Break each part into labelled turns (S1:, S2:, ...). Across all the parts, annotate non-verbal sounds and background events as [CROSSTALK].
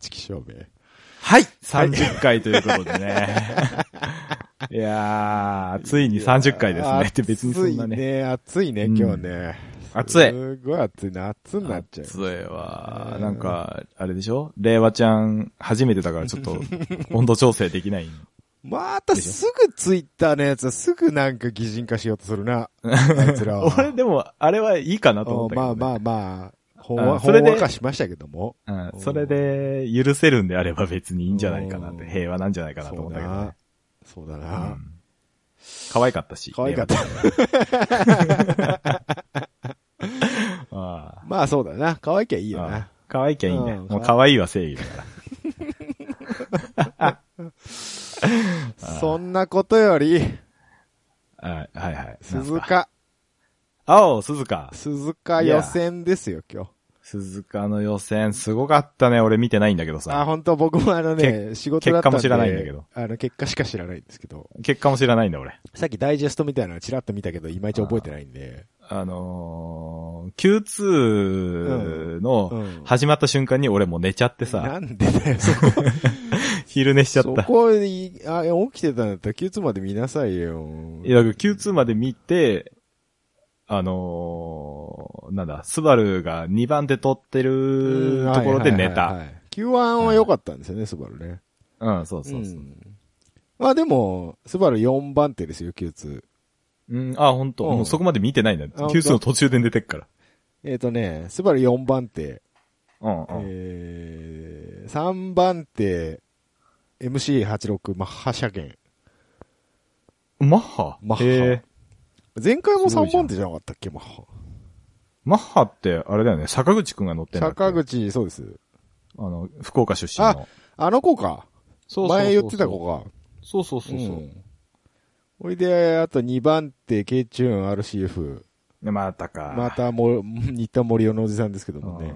S1: チキ証明。
S2: はい、30回ということ
S1: [LAUGHS]
S2: でね。いやー、ついに30回ですね。 [LAUGHS] って別にそんなね。
S1: 暑いね、
S2: うん
S1: 暑いね、今日ね。
S2: 暑い
S1: すごい暑いな、暑になっちゃう。
S2: それは、なんか、あれでしょ令和ちゃん、初めてだからちょ
S1: [LAUGHS]
S2: っと、温度調整できない。
S1: またすぐツイッターのやつはすぐなんか擬人化しようとする
S2: [LAUGHS]
S1: な。あいつらは。
S2: 俺、でも、あれはいいかなと思
S1: う
S2: っ
S1: ん
S2: たけ
S1: ま
S2: ど
S1: あ
S2: ね。
S1: まあまあ、ほん
S2: うん
S1: わ、
S2: そ
S1: ほ
S2: れ
S1: ん
S2: で
S1: わかしましたけども。
S2: うん、それで、許せるんであれば別にいいんじゃないかなって、
S1: うん
S2: 平和なんじゃないかなと
S1: そ
S2: 思
S1: う
S2: ったけどね
S1: な。。そうだな。
S2: 可愛かったし。
S1: 可愛かった
S2: 令和ちゃん。ああ
S1: まあそうだな。可愛きゃいいよ
S2: あ
S1: な
S2: あ。可愛きゃいいね。
S1: うん
S2: もう可愛いは正義だから。
S1: そんなことより、
S2: はいはいはい。なんす
S1: 鈴
S2: か。
S1: 鹿、
S2: 青、鈴鹿。
S1: 鈴鹿予選ですよ、今日。
S2: 鈴鹿の予選、すごかったね。俺見てないんだけど
S1: あ、
S2: さ。
S1: 本当僕もあのね、仕事だったんで。
S2: 結果も知らないんだけど。
S1: あの、結果しか知らないんですけど。
S2: 結果も知らないんだ、俺。
S1: さっきダイジェストみたいなのチラッと見たけど、いまいち覚えてないんで。
S2: あのー、Q2
S1: うんうん
S2: の始まった瞬間に俺もう寝ちゃって
S1: な
S2: さ、
S1: んで
S2: [LAUGHS]
S1: だよ、そこ。
S2: 昼寝しちゃっ
S1: そ
S2: た。
S1: こに、あ、起きてたんだったら Q2 まで見なさいよ。
S2: いや、だから Q2 まで見て、あのー、なんだ、スバルが2番で取ってるところで
S1: は
S2: 寝
S1: いはい
S2: た。
S1: はいはい。Q1 は良かったんですよね、スバルね。
S2: うん、そうそうそう。
S1: んまあでも、スバル4番手ですよ、Q2。
S2: うん、あ、本当、
S1: うん
S2: もうそこまで見てないんだ。
S1: あ
S2: Q2 の途中で寝てっから。
S1: えっ、とね、スバル4番手、
S2: うん、うん。
S1: えー、3番手、MC86 マッハ車検。
S2: マッハ
S1: マッハ
S2: へー
S1: 前回も
S2: すごい
S1: 3
S2: じゃん
S1: 番手じゃなかったっけ、マッハ。
S2: マッハって、あれだよね、坂口くんが乗ってんだっけ
S1: 坂。口、そうです。
S2: あの、福岡出身の。
S1: あの子か。
S2: そ
S1: 前言ってた子か。
S2: そうそうそうそう。
S1: んほいで、あと2番手、K チューン RCF。
S2: でまたか。
S1: またも、 [LAUGHS] 新田森尾のおじさんですけどもね。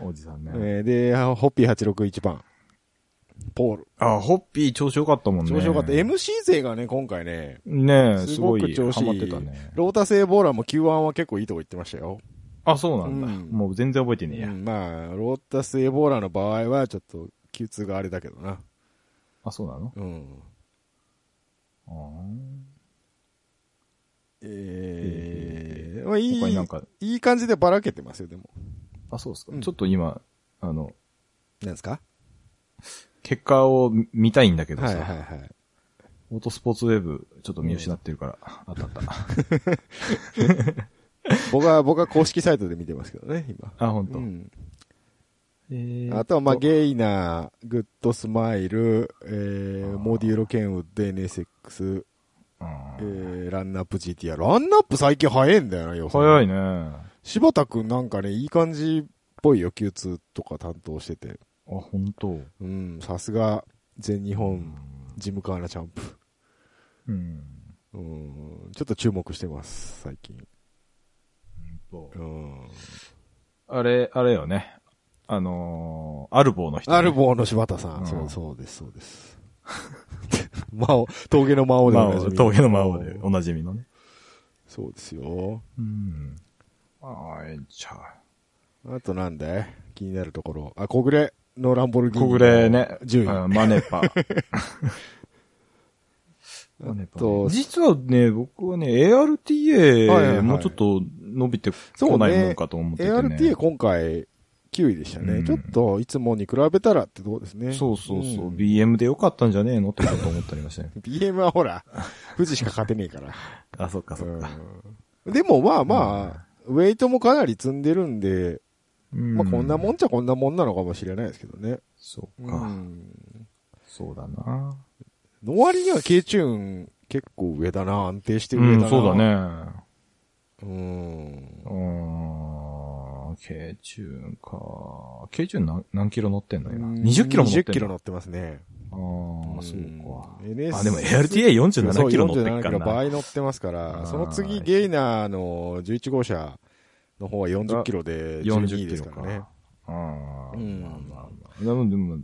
S2: うん。おじさんね。
S1: えーで、ホッピー861番。ポール。
S2: あ、ホッピー調子良かったもんね。
S1: 調子よかった。MC 勢がね、今回ね、
S2: ねえ、
S1: す
S2: す
S1: ご
S2: ご
S1: く
S2: い、
S1: 調子
S2: ハ
S1: い
S2: マっ
S1: い
S2: てたね。
S1: ロータ製ボーラーも Q1 は結構いいとこ行ってましたよ。
S2: あ、そうなんだ。
S1: うん
S2: もう全然覚えてねえや。
S1: うん、まあ、ロータスエボーラの場合は、ちょっと、Q2 があれだけどな。
S2: あ、そうなの
S1: うん。
S2: あー
S1: ええまあ、い
S2: 他になんか
S1: い、いい感じでばらけてますよ、でも。
S2: あ、そうですか。
S1: うん
S2: ちょっと今、あの、
S1: なんですか
S2: 結果を見たいんだけど
S1: はいはい
S2: さ、
S1: はい。
S2: オートスポーツウェブ、ちょっと見失ってるから、あったあった。
S1: 僕は、僕は公式サイトで見てますけどね、今。
S2: [LAUGHS] あ、ほん
S1: う
S2: と。
S1: ん。
S2: えー
S1: あとは、まあ、ゲイナー、グッドスマイル、えー、モディーロケンウッド、NSX、
S2: うん
S1: えー、ランナップ GTR。ランナップ最近早いんだよな、予選。
S2: 早
S1: い。
S2: いね。
S1: 柴田くんなんかね、いい感じっぽいよ、Q2 とか担当してて。
S2: あ、本当。
S1: うん、さすが、全日本、ジムカーナチャンプ。
S2: うん。
S1: うん、ちょっと注目してます、最近。うん。
S2: あれ、あれよね。あのー、アルボーの人、
S1: アルボーの柴田さ。
S2: うんん
S1: そうそうです、そうです。 [LAUGHS] 魔王、峠の魔王で
S2: 魔
S1: おなじ
S2: 王
S1: み。
S2: 峠の魔王で、おなじみのね。
S1: そうですよ。
S2: うん。あー、えじゃあ。
S1: あとなんだい気になるところ。あ、小暮のランボルギーニ。
S2: 小暮ね。
S1: 順
S2: う
S1: 位。
S2: んマ
S1: [LAUGHS]
S2: ネパ。マネパ
S1: と
S2: ね実はね、僕はね、
S1: はいはいはい
S2: ARTA、もうちょっと伸びてこないもんかと思ってて、ね。
S1: ARTA 今回、9位でしたね。
S2: うん
S1: ちょっと、いつもに比べたらってとこですね。
S2: そうそうそう、
S1: ん。
S2: BM でよかったんじゃねえのってちょっと思ったりましたね
S1: BM [LAUGHS] はほら、富士しか勝てねえから。
S2: あ、そっかそっか。
S1: うんでもまあまあ、ウェイトもかなり積んでるんで、まあこんなも
S2: ん。
S1: んちゃこんなもんなのかもしれないですけどね。
S2: そう
S1: う
S2: か。
S1: ん。
S2: そうだな。
S1: の割には K チューン結構上だな、安定して
S2: う
S1: 上だな。
S2: ん、そうだ。ね。
S1: うん
S2: う。ーん、軽チューンか。軽チューン何何キロ乗ってんの今。20キロも乗っ
S1: 20
S2: てんの
S1: キロ乗ってますね。
S2: ああ、そう
S1: うん
S2: か。
S1: NS
S2: あ、でも LTA47 キロ乗って
S1: そう
S2: っ
S1: 47
S2: か
S1: キ
S2: ら
S1: ロ
S2: な。
S1: 倍乗ってますから、
S2: あー
S1: その次ゲイナーの11号車の方は40キロで12位
S2: 40
S1: で
S2: キ
S1: す
S2: ロ
S1: か
S2: か。
S1: らね。
S2: ああ、
S1: うん
S2: まあまあまあ。でも、でも、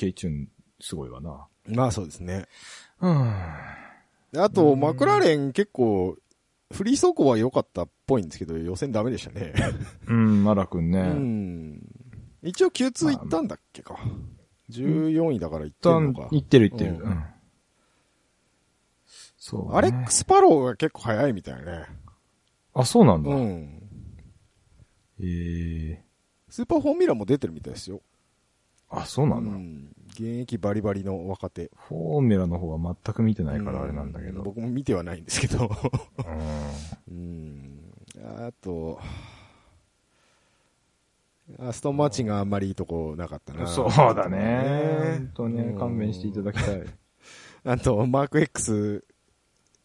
S2: 軽チューンすごいわな。
S1: まあそうですね。
S2: うん。
S1: あと、マクラーレン結構、フリー走行は良かったっぽいんですけど、予選ダメでしたね。
S2: うん、マラ君
S1: う
S2: ね。
S1: ん。一応 Q2 行ったんだっけか。 14位だから行って
S2: と
S1: んのか。
S2: 行ってる行ってる。
S1: う
S2: うんん。そう、
S1: アレックス・パローが結構早いみたいね。
S2: あ、そうなんだ。
S1: うん。
S2: ええ
S1: スーパーフォーミュラも出てるみたいですよ。
S2: あ、そう
S1: う
S2: なんだ。
S1: ん。現役バリバリの若手。
S2: フォーミュラの方は全く見てないからあれなんだけ
S1: う
S2: ど。
S1: 僕も見てはないんですけど。 [LAUGHS]
S2: うん
S1: うん。あと、アストン・マーチンがあんまりいいとこなかったな。
S2: そうだね。本当ね、勘弁していただきたい。
S1: あと、マーク X、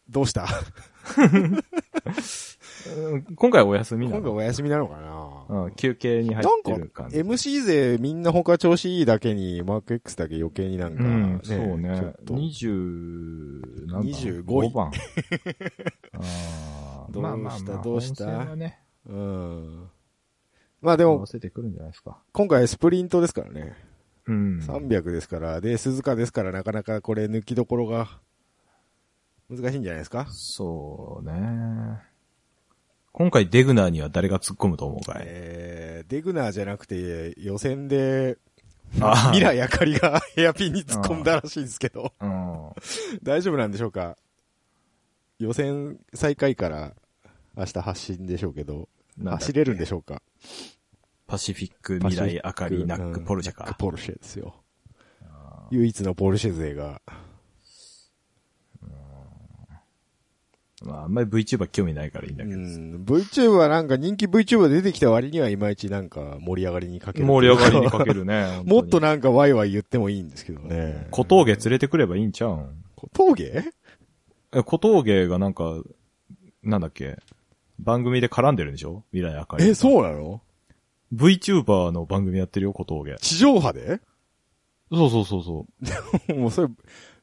S1: どうした
S2: うん今回お休みな
S1: 今回
S2: の
S1: お休みなのかな
S2: うん、休憩に入
S1: なん
S2: っ
S1: か
S2: てる感、じ。
S1: MC 勢みんな他調子いいだけに、マーク X だけ余計になんか、
S2: うん、そう
S1: ちょ
S2: ね
S1: っ。と
S2: 20、なんだ
S1: 25位
S2: 5番。あー
S1: どうした
S2: まあまあまあ
S1: どうした
S2: 本戦はね、
S1: うん。まあで
S2: 合わ
S1: も、
S2: せてくるんじゃないですか。
S1: 今回スプリントですからね。
S2: うん。
S1: 300ですから、で、鈴鹿ですから、なかなかこれ抜きどころが、難しいんじゃないですか
S2: そうね。今回デグナーには誰が突っ込むと思うかい
S1: えー、デグナーじゃなくて、予選で、
S2: あ
S1: 未来あかり
S2: [LAUGHS]
S1: がヘアピンに突っ込んだらしいんですけど、
S2: うん。
S1: 大丈夫なんでしょうか予選最下位から、明日発信でしょうけど、
S2: なんだっけ
S1: 走れるんでしょうか
S2: パシフィック、未来、明かり、ナック、ポルシェ
S1: ナック
S2: か。
S1: ポルシェですよ。唯一のポルシェ勢が、
S2: まあ、あんまり VTuber 興味ないからいいんだ
S1: う
S2: けど。
S1: ん、VTuber はなんか人気 VTuber 出てきた割にはいまいちなんか盛り上がりにかける。
S2: 盛り上
S1: [LAUGHS]
S2: がりにかけるね。
S1: もっと
S2: な。
S1: なんかワイワイ言ってもいいんですけどね。
S2: 小峠連れてくればいいんちゃうん
S1: 峠
S2: え、小峠がなんか、なんだっけ、番組で絡んでるんでしょ未来明る
S1: え、
S2: い。
S1: そうなの
S2: VTuber の番組やってるよ、小峠。
S1: 地上波で
S2: そうそうそう
S1: [LAUGHS]
S2: そ
S1: もうそれ、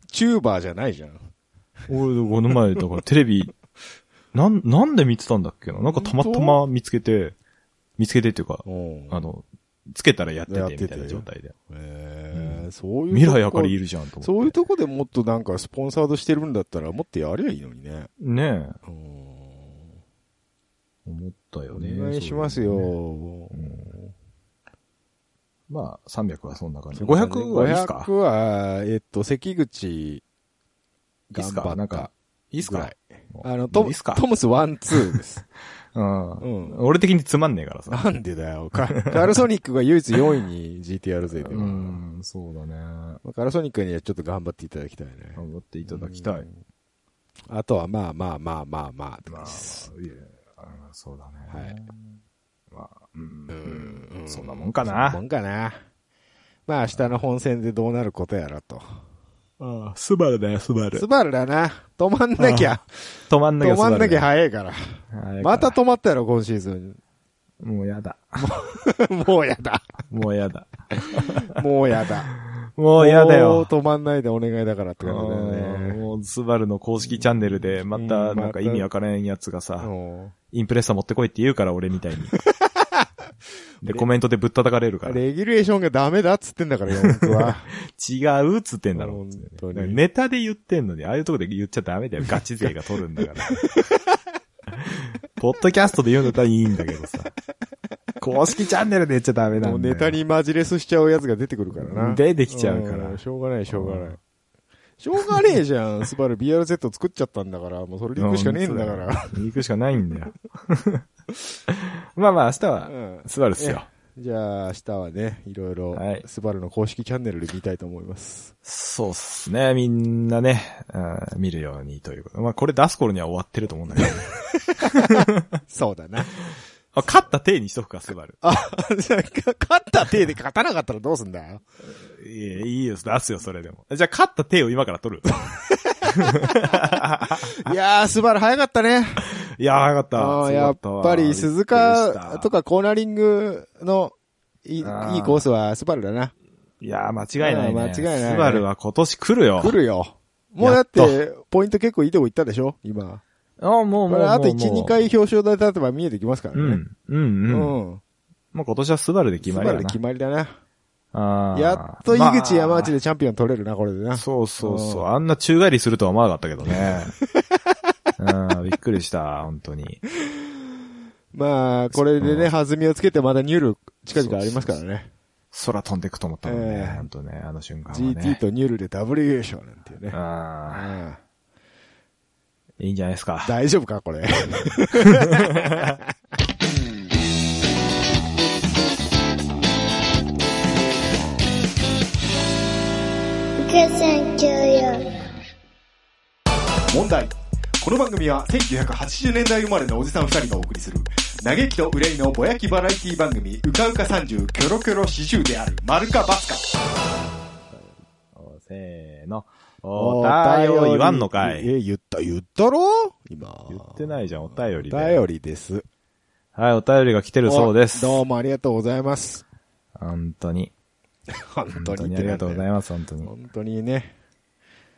S1: チューバーじゃないじゃん。
S2: う。俺、この前、だからテレビ、 [LAUGHS] なん、なんで見てたんだっけななんかたまたま見つけて、見つけてっていうか、あ
S1: あの、
S2: の、つけたらやって
S1: やっててて
S2: みたいな状態で。
S1: えー、そういう。
S2: 未来明かりい。るじゃんと
S1: そ
S2: 思
S1: う
S2: っ
S1: いう
S2: て。
S1: とこでもっとなんかスポンサードしてるんだったらもっとやりゃいいのにね。
S2: ね
S1: う
S2: え。
S1: ん
S2: 思ったよ
S1: お
S2: ね。
S1: 願いしますよ。
S2: そういうのねまあ、300はそんな感じ。500はいいっすか
S1: 500は、えっと、関口、
S2: いいっ
S1: 頑
S2: す
S1: 張
S2: か
S1: っ
S2: なん
S1: た
S2: か、いいっす
S1: ぐら
S2: か
S1: い
S2: もう
S1: あの、
S2: も
S1: ト
S2: うい
S1: ム
S2: いっすか
S1: トムスワンツーです。
S2: [LAUGHS] うん
S1: う。ん
S2: 俺的につまんねえからさ。
S1: なんでだ
S2: [LAUGHS]
S1: よ。カカルソニックが唯一4位に GTR 勢では。
S2: うん、そうだね。頑
S1: カルソニックにはちょっと頑張っていただきたいね。
S2: 張っていただきたい。
S1: あとは、まあまあまあまあまあって
S2: ま
S1: 感
S2: あ
S1: じです。、
S2: いえあそうだね。
S1: はい。
S2: まあ、うん
S1: うん
S2: そんなもんか
S1: そ
S2: な
S1: も。んかな。まあ明日の本戦でどうなることやらと。
S2: ああ、スバルだよ、スバ
S1: ス。バルだな。止まんなきゃ。
S2: 止まんなきゃ、
S1: 止まんなきゃ
S2: スバ
S1: 早いから。
S2: ルだよ
S1: また、止まったやろ、今シーズン。 [LAUGHS]
S2: もうやだ。
S1: もうやだ。
S2: もうやだ。
S1: もうやだ。
S2: [LAUGHS] もうやだ
S1: もう
S2: よ。
S1: 止まんないでお願いだからって感じだよ
S2: うん
S1: ね。
S2: もう、スバルの公式チャンネルで、ま
S1: う
S2: た、
S1: ん
S2: なんか意味わからんやつが
S1: う
S2: さ、
S1: ん
S2: インプレッサー持ってこいって言うから、俺
S1: [LAUGHS]
S2: みたいに。で、コメントでぶったたかれるから。
S1: レギュレーションがダメだっつってんだから、 [LAUGHS] 四駆は。
S2: 違うっつってんだろ。
S1: 本当に
S2: ネタで言ってんのに、ああいうとこで言っちゃダメだよ。ガチ勢が取るん
S1: [LAUGHS]
S2: だから。ポッドキャストで言うんだったらいいんだけどさ。公式チャンネルで言っちゃダメなんだ
S1: も
S2: よ。
S1: うネタにマジレスしちゃうやつが出てくるからな。
S2: 出てきちゃうから
S1: んしょうがない、しょうがない。しょうがねえじゃん。スバル BRZ 作っちゃったんだから、もうそれで行くしかねえんだから。
S2: うん。行くしかないんだよ。 [LAUGHS] まあまあ明日
S1: う
S2: は、
S1: ん。
S2: スバルっすよ。
S1: じゃあ、明日はね、いろいろ
S2: はい、
S1: スバルの公式チャンネルで見たいと思います。 [LAUGHS]
S2: そうっすね。みんなね、うん見るようにということ。まあこれ出す頃には終わってると思うんだけど。
S1: そうだな。
S2: あ勝った手にしとくか、スバル。
S1: あ、じゃあ、勝った手で勝たなかったらどうすんだよ。
S2: いやいいよ、出すよ、それでも。じゃあ、勝った手を今か
S1: [LAUGHS]
S2: ら取る。
S1: いやー、スバル早かったね。
S2: いやー、よかった。
S1: あー
S2: すご
S1: や
S2: か
S1: った
S2: わ
S1: ぱり鈴鹿と
S2: か。
S1: かコーナリングのいいいい
S2: あー
S1: コースはスバルだな。
S2: いやー、間違いない、ね。
S1: あー間違いないね
S2: スバルは今年来るよ。
S1: 来るよ。もうだ
S2: や
S1: っ
S2: っと
S1: て、ポイント結構いいとこ行ったでしょ今。
S2: あーもうも
S1: こ
S2: うもう。
S1: れあと1、
S2: もう
S1: 2回。表彰台立てば見えてきますから
S2: う
S1: ね。
S2: ん。
S1: う
S2: うん、うん。も
S1: ん。
S2: う今年はスバルで決
S1: ス
S2: ま
S1: バル
S2: りだ
S1: で
S2: な。
S1: 決まりだな。
S2: あー
S1: やっと井口山内
S2: ま
S1: でチャンピオン取れるな、これでな
S2: あ。そうそうそうう。あんな宙返りするとは思わなかったけ
S1: [LAUGHS]
S2: どね。うん、びっくりした、本当に。
S1: まあ、これで
S2: う
S1: ね、
S2: ん
S1: 弾みをつけてまだニュール近々ありますからね。
S2: 空飛んでくと思ったもんね。
S1: ええ
S2: ほんとね、あの瞬間はね。
S1: GT とニュルでダブル優勝なんていうね。
S2: ああ、
S1: ああ
S2: いいんじゃないですか。
S1: 大丈夫かこれ。
S3: Listen to you.
S1: 問題。この番組は1980年代生まれのおじさん2人がお送りする、嘆きと憂いのぼやきバラエティ番組、うかうか30、キョロキョロ40である、丸かバツか。
S2: せーの。お便り言わんのかい。
S1: え、言った、言ったろ今。
S2: 言ってないじゃん、お便りで。
S1: お便りです。
S2: はい、お便りが来てるそうです。
S1: どうもありがとうございます。
S2: 本当に。
S1: 本
S2: [LAUGHS] 本
S1: 当
S2: 当
S1: に
S2: にありがとうござい
S1: す。
S2: ます、本当に。こ
S1: 本当にね。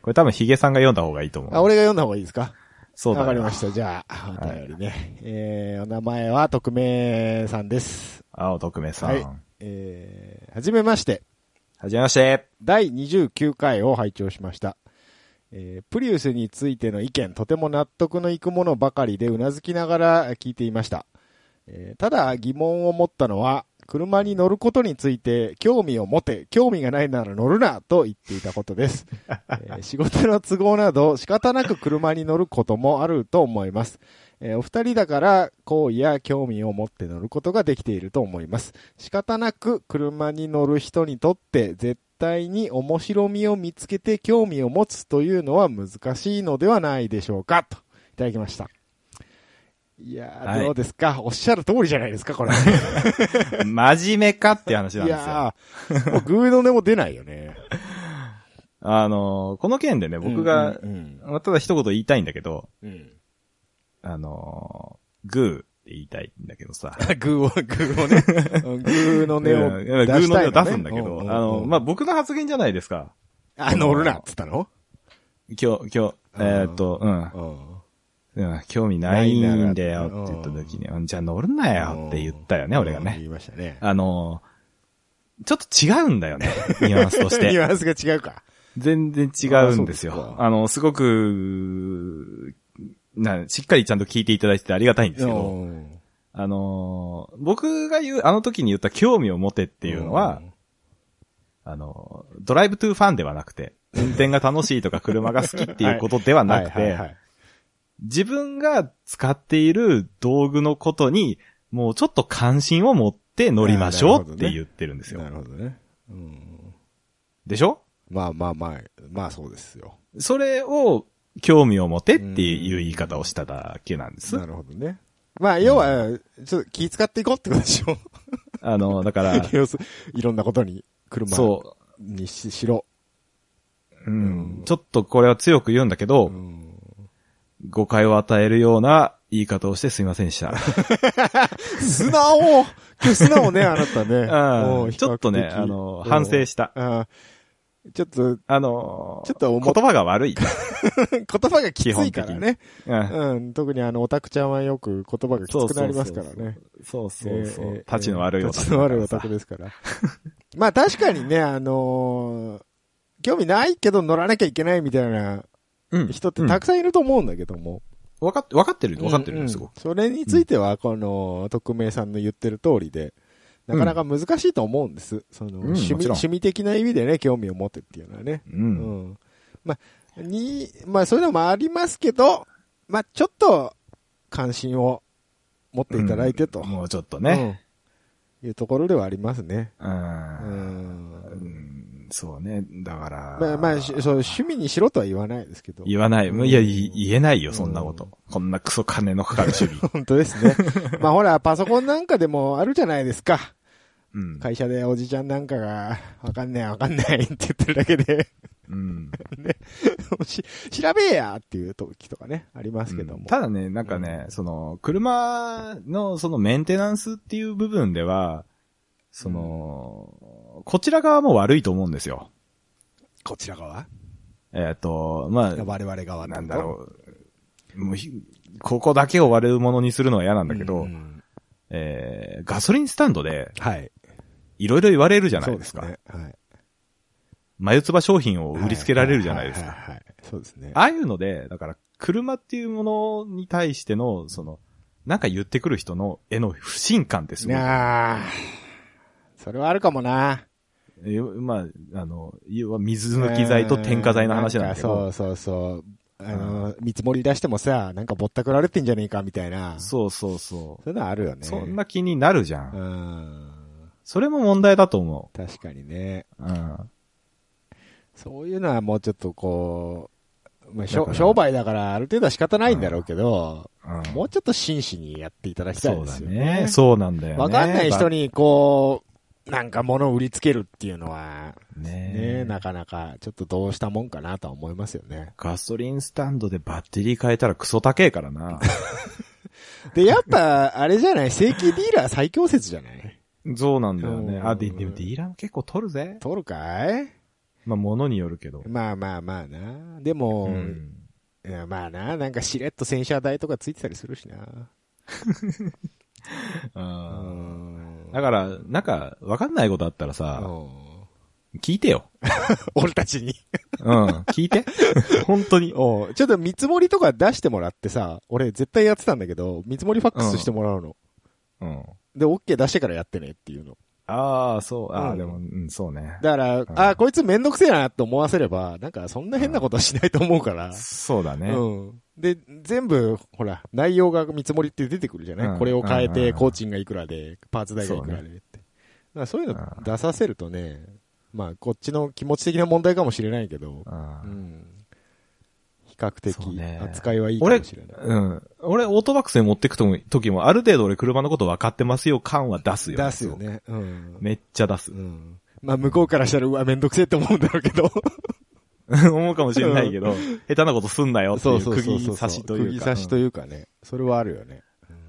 S2: れ多分ヒゲさんが読んだ方がいいと思う。
S1: あ、俺が読んだ方がいいですか
S2: そうだ
S1: わ
S2: よ
S1: かりました。じゃあ、お便りね。えー、お名前は、匿名さんです。
S2: 青徳明さん。
S1: はい。えー、はじめまして。
S2: はじめ
S1: [LAUGHS]
S2: まして。
S1: 第29回を拝聴しました。えープリウスについての意見、とても納得のいくものばかりでうなずきながら聞いていました。えーただ疑問を持ったのは、車に乗ることについて興味を持て、興味がないなら乗るなと言っていたことです。えー仕事の都合など仕方なく車に乗ることもあると思います。えーお二人だから好意や興味を持って乗ることができていると思います。仕方なく車に乗る人にとって絶対に面白みを見つけて興味を持つというのは難しいのではないでしょうかといただきました。いやー、
S2: はい
S1: どうですかおっしゃる通りじゃないですかこれ。
S2: 真面目かっていう話なん
S1: い
S2: ですよ。
S1: やー、もうグーの音も出ないよね。
S2: あのー、この件でね、 [LAUGHS] 僕が
S1: う、ん
S2: まあただ一言言いたいんだけど、
S1: うんうん
S2: あのー、グーって言いたいんだけどさ。
S1: [LAUGHS] グーを、グーを
S2: [LAUGHS]
S1: ね。グーの
S2: いや
S1: 音
S2: いや
S1: を出
S2: グーの音を出すんだけど、あの、まあ、
S1: あ、
S2: 僕の発言じゃないですか。
S1: あ、乗るなっつったの
S2: 今日、今日、えーっと、うん。うん、興味ないんだよって言った時に、うんじゃあ乗るなよって言ったよね、俺が
S1: うん言
S2: ね。
S1: いましたね。
S2: あのー、ちょっと違うんだよね、 [LAUGHS] ニュアンスとし
S1: ニュ
S2: て。
S1: アンスが違うか。
S2: 全然違うんです
S1: あそうで
S2: よ
S1: す。か
S2: あの、すごく、な、しっかりちゃんと聞いていただいててありがたいんですけど、
S1: うん
S2: あのー、僕が言う、あの時に言った興味を持てっていうのは、、あのー、ドライブトゥーファンではなくて、運転が楽しいとか車が好きっていうことでは
S1: うん
S2: なく
S1: はいはい
S2: て
S1: は、い
S2: 自分が使っている道具のことに、もうちょっと関心を持って乗りましょうって言ってるんですよ。
S1: なるほどね。うん
S2: でしょ
S1: まあまあまあ、まあそうですよ。
S2: それを興味を持てっていう言い方をしただけなんです
S1: な。るほどね。まあ、要は、ちょっと気遣っていこうってことでしょ。
S2: あの、
S1: [LAUGHS]
S2: だから、
S1: 要するいろんなことに、車
S2: そ
S1: にししろ。
S2: う、うん、ちょっとこれは強く言うんだけど、
S1: うん
S2: 誤解を与えるような言い方をしてすいませんで
S1: [LAUGHS]
S2: した。
S1: 素直今日素直
S2: [LAUGHS]
S1: ね、あなたね。
S2: うん
S1: うん
S2: ちょっとねあの反省した。
S1: 比較的うんちょっと、
S2: あの、
S1: ちょっと思っ
S2: 言葉が悪い。
S1: 言葉がきついからね。
S2: うん
S1: うん、特にあの、オタクちゃんはよく言葉がき
S2: そう
S1: つ
S2: そう
S1: くな
S2: そう
S1: りますからね。
S2: そうそうそ
S1: えーえ
S2: う。
S1: ー
S2: 立ちの悪い
S1: 立ちの悪いオタク
S2: で。
S1: ですから。 [LAUGHS] まあ確かにね、あのー興味ないけど乗らなきゃいけないみたいな
S2: うん。
S1: 人ってたくさんいると思うんだけども。
S2: うんわかって、わかってる、わかってる
S1: うんん
S2: すごく。
S1: それについては、この、匿名さんの言ってる通りで、なかなか難しいと思うんです。その、趣味、
S2: もちろん
S1: 趣味的な意味でね、興味を持ってっていうのはね。
S2: う。
S1: うんん。まあ、に、まあ、そういうのもありますけど、まあ、ちょっと、関心を持っていただいてと。
S2: うんもうちょっとね。
S1: うんいうところではありますね。
S2: う。
S1: うん。
S2: うんんそうね。だから。
S1: まあ、まあ、しそう、趣味にしろとは言わないですけど。
S2: 言わない。
S1: うん。
S2: いや、い言えないよ、そんなこと。こんなクソ金のかかる趣味
S1: 本当ですね。まあ、ほら、パソコンなんかでもあるじゃないですか。
S2: うん。
S1: 会社でおじちゃんなんかが、わかんないわかんないって言ってるだけで、 [LAUGHS]
S2: うん。
S1: し調べえやっていう時とかね、ありますけども。
S2: ただね、なんかね、その、車の、そのメンテナンスっていう部分では、その、こちら側も悪いと思うんですよ。
S1: こちら側
S2: えっと、まあ、
S1: 我々側
S2: なんだろう。もうひ、ここだけを悪者にするのは嫌なんだけど、
S1: うん
S2: えーガソリンスタンドで、
S1: はい。
S2: いろいろ言われるじゃないですか。
S1: そうですね。はい。
S2: 眉唾商品を売りつけられるじゃないです
S1: は
S2: か。
S1: ははいはい。そうですね。
S2: ああいうので、だから、車っていうものに対しての、その、なんか言ってくる人の絵の不信感ですごい
S1: なあ。それはあるかもな。
S2: えまあ、あの、要は水抜き剤と添加剤の話なんだけ
S1: う
S2: ど、
S1: かそうそうそう。あの、見積もり出してもさ、なんかぼったくられてんじゃねえかみたいな。そ
S2: そうそうそう
S1: いうのはあるよね。
S2: う。そんな気になるじゃ。
S1: うんん。
S2: それも問題だと思
S1: 確かにね。
S2: う。うん。
S1: そういうのはもうちょっとこう、まあ、し
S2: だか
S1: ょ
S2: ら
S1: 商売だからある程度は仕方ないんだろうけど、
S2: うん
S1: もうちょっと真摯にやっていただきたい
S2: そう
S1: で
S2: だ
S1: すよ
S2: ね。
S1: ね。
S2: そうなんだよね。
S1: わかんない人
S2: に。
S1: にこう、なんか物を売りつけるっていうのは、ね
S2: ね
S1: なかなかちょっとどうしたもんかなとは思いますよね。
S2: ガソリンスタンドでバッテリー変えたらクソ高えか
S1: [LAUGHS]
S2: らな。
S1: で、やっぱ、あれじゃない正規ディーラー最強説じゃない
S2: そうなんだよね。
S1: うん
S2: あ、で、でもディーラーも結構取るぜ。
S1: 取るかい
S2: まあ、物によるけど。
S1: まあまあまあな。でも、
S2: うん。
S1: いやまあな、なんかしれっと洗車代とかついてたりするしな。
S2: う
S1: うんん。
S2: だから、なんか、わかんないことあったら
S1: う
S2: さ、
S1: ん
S2: 聞いてよ。
S1: 俺たちに。
S2: うん、聞
S1: [LAUGHS]
S2: いて。本当に。
S1: おうちょっと見積もりとか出してもらってさ、俺絶対やってたんだけど、見積もりファックスしてもらうの。
S2: うん。
S1: で、OK 出してからやってねっていうの。
S2: ああ、そう、あ
S1: う
S2: あ、
S1: ん
S2: でも、うん、そうね。
S1: だから、
S2: ん
S1: あーこいつめんどくせえなって思わせれば、なんかそんな変なことはしないと思うから。
S2: そうだね。
S1: うん。で、全部、ほら、内容が見積もりって出てくるじゃない、
S2: うん
S1: これを変え
S2: うんうんう
S1: て、
S2: ん
S1: 工賃がいくらで、パーツ代がいくらでって。だからそういうの
S2: うん
S1: 出させるとね、まあ、こっちの気持ち的な問題かもしれないけど、
S2: うん
S1: うん。比較的
S2: そうね、
S1: 扱いはいいか
S2: 俺、
S1: もしれない。
S2: うん。俺、オートバックスに持ってくとも時も、ある程度俺車のこと分かってますよ感は出すよ。
S1: 出すよ。ね。うん。
S2: めっちゃ出す
S1: う。ん。まあ、向こうからしたら、うわ、めんどくせえって思うんだろうけど。
S2: [LAUGHS] 思うかもしれないけど、下手なことすんなよっていう釘刺しというか。
S1: 釘刺しというかね。それはあるよね。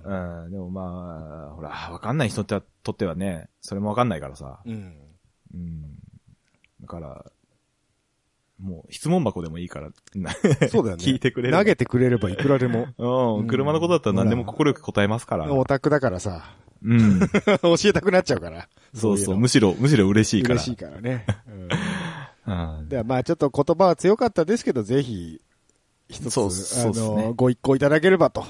S2: うん、でもまあ、ほら、わかんない人にとってはね、それもわかんないからさ。
S1: うん。
S2: うん。だから、もう質問箱でもいいから、 [LAUGHS] な
S1: そうだよね。
S2: 聞いてくれる
S1: 投げてくれればいくらでも。
S2: [LAUGHS] うん、車のことだったら何でも心よく答えますから。
S1: オタクだからさ、 [LAUGHS]
S2: うん。
S1: 教えたくなっちゃうから。
S2: そうそう、
S1: いの
S2: むしろ、むしろ嬉しいから。
S1: 嬉しいからね。うん
S2: うん
S1: ではまあちょっと言葉は強かったですけど、ぜひ、一つ、
S2: そうそう
S1: あ
S2: ですね
S1: の、ご一行いただければと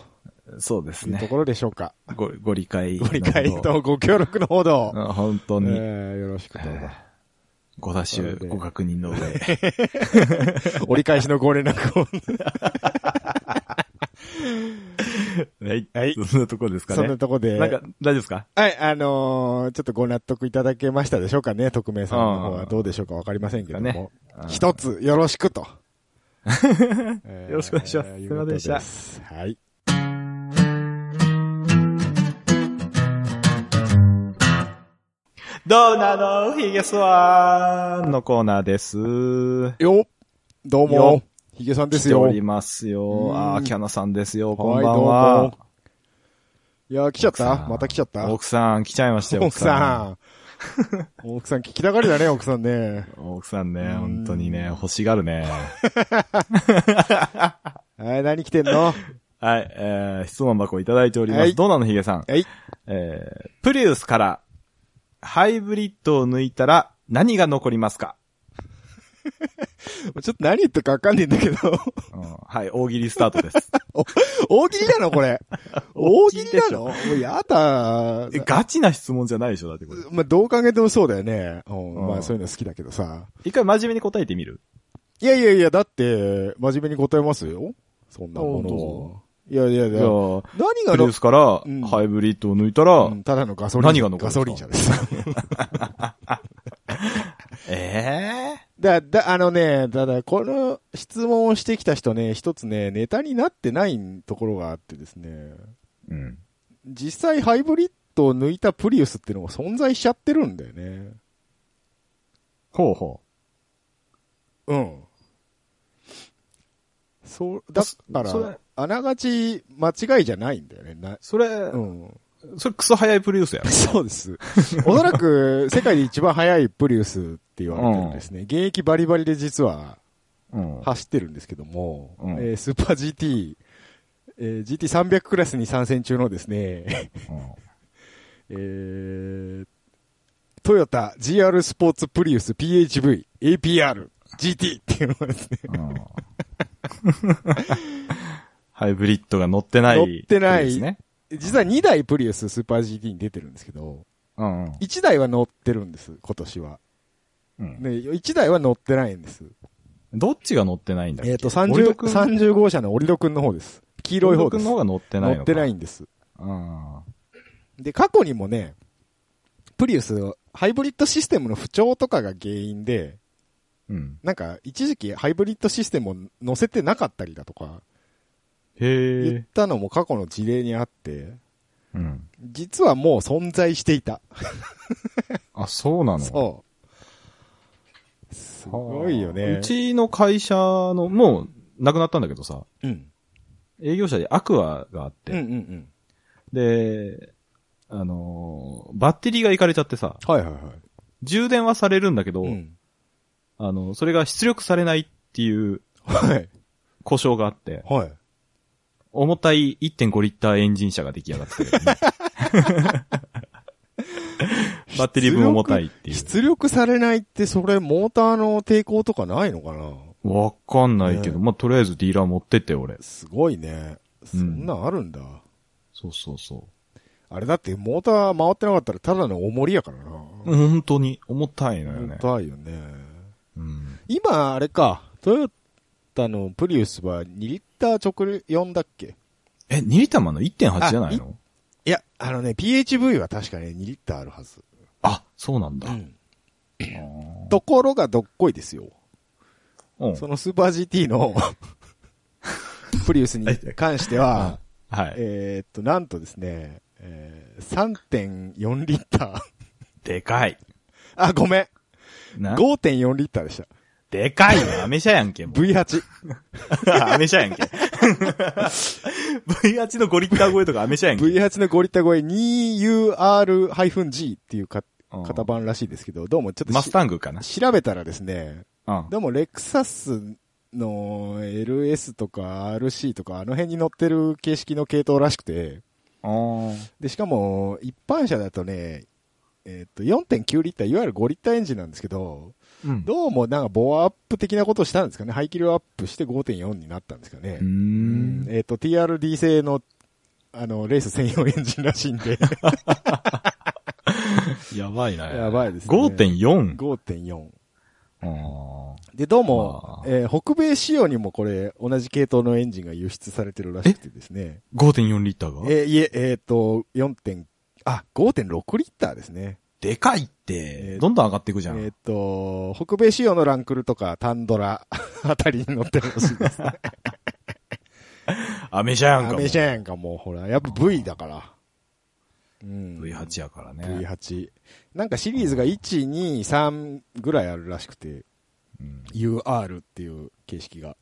S2: そうです
S1: いうと
S2: ね。
S1: ころでしょう
S2: [LAUGHS]
S1: か。
S2: ご、ご理解。
S1: ご理解。とご協力のほど、
S2: うん、本当
S1: え
S2: に。
S1: ーよろしくどうぞ。
S2: ご多集、ご確認の
S1: [LAUGHS]
S2: 上。 [LAUGHS]
S1: 折り返しのご連絡を。
S2: はい。
S1: はい
S2: そんなとこですかね。
S1: そんなとこで。
S2: なんか、大丈夫ですか
S1: はい、あのーちょっとご納得いただけましたでしょうかね、匿名さんの方はどうでしょうかわかりませんけども
S2: ね。うん
S1: 一つ、よろし
S2: [LAUGHS]
S1: くと。えー
S2: よろしくお願いします
S1: いうこと
S2: すいませんで
S1: ですはい。
S2: どうなのヒゲスワーンのコーナーです。
S1: よどうも
S2: よ、
S1: ヒゲさんで
S2: 来
S1: す
S2: て
S1: よ。
S2: お
S1: い
S2: りますよ。
S1: ん
S2: あーキャナさんですよ。こ
S1: は
S2: ん
S1: い
S2: ばん
S1: どう
S2: は
S1: も。やー、来ちゃっ
S2: 奥さ
S1: た
S2: ん
S1: また来ちゃった
S2: 奥さん、来ちゃいましたよ。
S1: 奥さん。奥さん聞きたがりだね、奥さんね。
S2: ん。奥さんね、本当にね、欲しがる
S1: [LAUGHS]
S2: ね。
S1: はい、何来てんの
S2: はい、えー、質問箱いただいておりま
S1: は
S2: す。
S1: い
S2: どうなのヒゲさん。
S1: はい。
S2: [LAUGHS] えー、プリウスから、ハイブリッドを抜いたら何が残りますか
S1: ちょっと何言ってるかわかんねえんだけど。
S2: うんはい、大喜利スター
S1: [LAUGHS]
S2: トです。
S1: 大喜利なのこれ。大喜利なのもうやだ
S2: え。ガチな質問じゃないでしょだってこれ。
S1: まあ、どう考えてもそうだよね。うん
S2: うん
S1: まあ、そういうの好きだけどさ。
S2: 一回真面目に答えてみる
S1: いやいやいや、だって、真面目に答えますよ。そんなものを。いやいやい
S2: じ
S1: や
S2: ゃ。
S1: 何
S2: あ、
S1: が
S2: プリ
S1: の
S2: ウスから
S1: うん、
S2: ハイブリッドを抜いたら、
S1: うんただのガソリン。
S2: 何が残るんで
S1: ガ
S2: す
S1: ソ
S2: か
S1: リン車です。 [LAUGHS]
S2: え
S1: だ、だ、あのね、ただ、この質問をしてきた人ね、一つね、ネタになってないところがあってですね、
S2: えうん。
S1: 実際ハイブリッドを抜いたプリウスっていうのが存在しちゃってるんだよね。
S2: ほうほ
S1: うん。そう、だか
S2: そ
S1: ら
S2: れ、
S1: あながち間違いじゃないんだよね。な
S2: う。それ、
S1: うん。 [LAUGHS]
S2: それクソ早いプリウスやろ。
S1: そう [LAUGHS] です。おそらく、世界で一番速いプリウスって言われてるんですね。現役バリバリで実は
S2: うん
S1: 走ってるんですけども、
S2: うん
S1: えースーパー GT、えー GT300 クラスに参戦中のですね、 [LAUGHS] えートヨタ GR スポーツプリウス PHV APR GT っていうのがですね、
S2: うん [LAUGHS] ハイブリッドが乗ってない、
S1: 乗ってない
S2: ですね。
S1: 実は2台プリウススーパー GT に出てるんですけど、
S2: うんうん。
S1: 1台は乗ってるんです、今年は。
S2: うん
S1: で、1台は乗ってないんです。
S2: どっちが乗ってないんだっけ
S1: えっと、
S2: 折戸
S1: 30、
S2: 君
S1: 30号車のオリド君の方です。黄色い方
S2: 折
S1: で
S2: 戸君
S1: す。
S2: の方が乗ってないのか。。
S1: 乗ってないいんです。
S2: うん。
S1: で、過去にもね、プリウス、ハイブリッドシステムの不調とかが原因で、
S2: うん。
S1: なんか、一時期ハイブリッドシステムを乗せてなかったりだとか、
S2: へ
S1: 言っ
S2: え。
S1: たのも過去の事例にあって、
S2: うん。
S1: 実はもう存在していた。
S2: あ、そうなの
S1: そう。すごいよね。
S2: うちの会社の、もう、なくなったんだけどさ、
S1: うん。
S2: 営業者でアクアがあって、
S1: うんうんうん。
S2: で、あのーバッテリーがいかれちゃってさ、
S1: はいはいはい。
S2: 充電はされるんだけど、
S1: うん。
S2: あの、それが出力されないっていう
S1: はい。
S2: 故障があって、
S1: はい。
S2: 重たい1.5リッターエンジン車が出来上
S1: [LAUGHS]
S2: がってる、バッテリー分重たいっていう。
S1: 出力されないって、それ、モーターの抵抗とかないのかな
S2: わかんないけど、
S1: ね
S2: まあ、とりあえずディーラー持ってって、俺。
S1: すごいね。そんなんあるんだ。
S2: そうそうそ
S1: あれだって、モーター回ってなかったら、ただの重りやからな。
S2: う。本当に、重たいのよ
S1: 重
S2: ね。
S1: たいよね。
S2: うん。
S1: 今、あれか、トヨタのプリウスは2リッター直4だっけ
S2: え、2リッターマンの1.8じゃないの
S1: いや、あのね、PHV は確かね、2リッターあるはず。
S2: あそうなんだ。
S1: ところがどっこいですよ。
S2: うん
S1: そのスーパー GT
S2: [LAUGHS]
S1: のプリウスに関しては、
S2: はい。
S1: えーっと、なんとですね、えー3.4リッター。
S2: でかい。
S1: あ、ごめん。
S2: な
S1: 5.4リッターでした。
S2: でかいよ。アメ車やんけ、もう
S1: V8。 [LAUGHS]
S2: アメ車やん [LAUGHS] け。V8 の5リッター超えとかアメ車やんけ。
S1: V8 の5リッター超え 2UR-G っていうか
S2: うん
S1: 型番らしいですけど、どうもちょっと
S2: マス
S1: し
S2: タングかな。
S1: 調べたらですね、
S2: うん。
S1: どうもレクサスの LS とか RC とかあの辺に乗ってる形式の系統らしくて、で、しかも、一般車だとね、えっ、と、4.9リッター、いわゆる5リッターエンジンなんですけど、
S2: うん。
S1: どうもなんかボアアップ的なことをしたんですかね。排気量アップして5.4になったんですかね。
S2: うーん。
S1: えっ、と、TRD 製の、あの、レース専用エンジンらしいん [LAUGHS] で、
S2: やばいな。
S1: やばいですね
S2: 5.4。
S1: 5.4。
S2: あ
S1: で、どうも
S2: あ、
S1: えー北米仕様にもこれ、同じ系統のエンジンが輸出されてるらしくてですね。
S2: ー5.4リッターが
S1: えーいえ、えっ、と、4. 点あ、5.6リッターですね。
S2: でかいっ
S1: え
S2: て
S1: ー、
S2: どんどん上がっていくじゃ
S1: えっ
S2: ん。、
S1: と、北米仕様のランクルとかタンドラ [LAUGHS] あたりに乗ってほしい
S2: [LAUGHS]
S1: ですね。
S2: アメ車やんか。
S1: アメ車やんか、もうほら。やっぱ V だから。うん。
S2: V8 やからね。
S1: V8。なんかシリーズが1、2、3ぐらいあるらしくて、
S2: うん
S1: UR っていう形式が。ね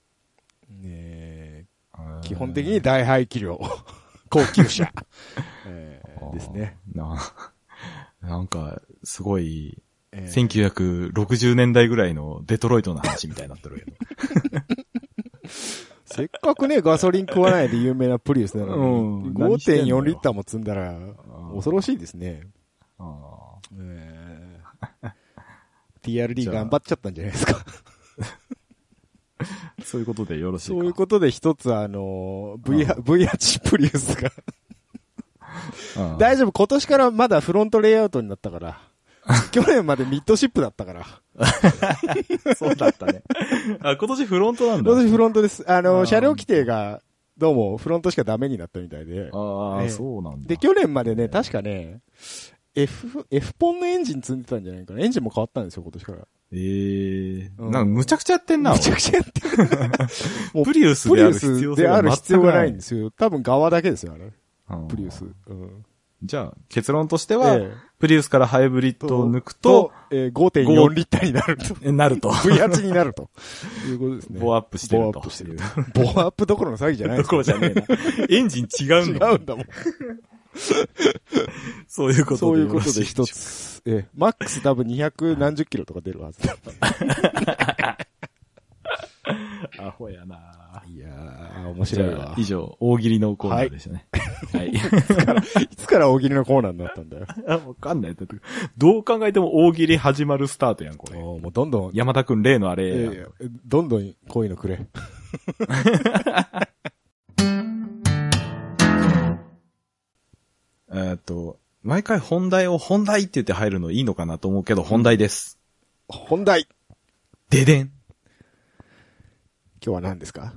S1: え
S2: うん
S1: 基本的に大排気量。 [LAUGHS] 高級
S2: [LAUGHS]
S1: 車。え
S2: あ
S1: ー
S2: ー
S1: ですね。。
S2: な、なんか、すごい、
S1: えー
S2: 1960年代ぐらいのデトロイトの話みたいになってるけど。
S1: せっかくね、ガソリン食わないで有名なプリウスなの
S2: うん
S1: に、
S2: 何してんの
S1: 5.4
S2: よ
S1: リッターも積んだら、
S2: ー
S1: 恐ろしいですね。
S2: あ
S1: え [LAUGHS] ー TRD 頑張っちゃったんじゃないですか。
S2: ーそういうことでよろしいか
S1: [LAUGHS] そういうことで一つあのー、V- V8 プリウスが。
S2: と。うん
S1: 大丈夫、今年からまだフロントレイアウトになった [LAUGHS] から。去年までミッドシップだった [LAUGHS] から。
S2: そうだったね。 [LAUGHS] あ、今年フロントなんだ。
S1: 今年フロントです。あのー、
S2: あー
S1: 車両規定がどうもフロントしかダメになったみたいで。
S2: ああ、
S1: ええ
S2: そうなんだ。
S1: で、去年までね、確かね、F、F ポンのエンジン積んでたんじゃないかな。エンジンも変わったんですよ、今年から。
S2: ええ
S1: うん
S2: なんかむちゃくちゃやってんな、
S1: めちゃくちゃやってる。 [LAUGHS]
S2: 俺プリウス
S1: プリ
S2: であ
S1: ウ
S2: る必要
S1: ス
S2: 性。
S1: である必要がないんですすよ。多分側だけですよ、あれ。
S2: うん
S1: プリウス。うん。
S2: じゃあ、結論としては、
S1: ええ
S2: プリウスからハイブリッドを抜くと、、
S1: えー5.4リッターになると。
S2: なると。
S1: V8 になると。いうことですね。
S2: ボアアップしてる
S1: ボ
S2: と
S1: アアップしてると。ボアアップ [LAUGHS] どころの詐欺じゃない
S2: ど
S1: です
S2: ころじゃ [LAUGHS] ねえな。エンジン違
S1: 違
S2: うんだ。
S1: うんだもん。
S2: そういうことで。
S1: そういうことで
S2: よろ
S1: 一
S2: しいしょ
S1: つ。えー、マックス多分200何十キロとか出るはずだ。
S2: うか。アホやない
S1: やー、面
S2: じ
S1: 白い
S2: ゃあ
S1: わ、。
S2: 以上、大喜利のコーナーでしたね。はい。
S1: いつから大喜利のコーナーになったんだよ。
S2: [LAUGHS] あわかんない。だってどう考えても大喜利始まるスタートやん、これ。
S1: おーもうどんどん、
S2: 山田くん例のあれ
S1: い
S2: や
S1: や
S2: ん
S1: いやどんどんこういうのくれ。
S2: えーっと、毎回本題を本題って言って入るのいいのかなと思うけど、本題です。
S1: 本題。
S2: ででん。
S1: 今日は何ですか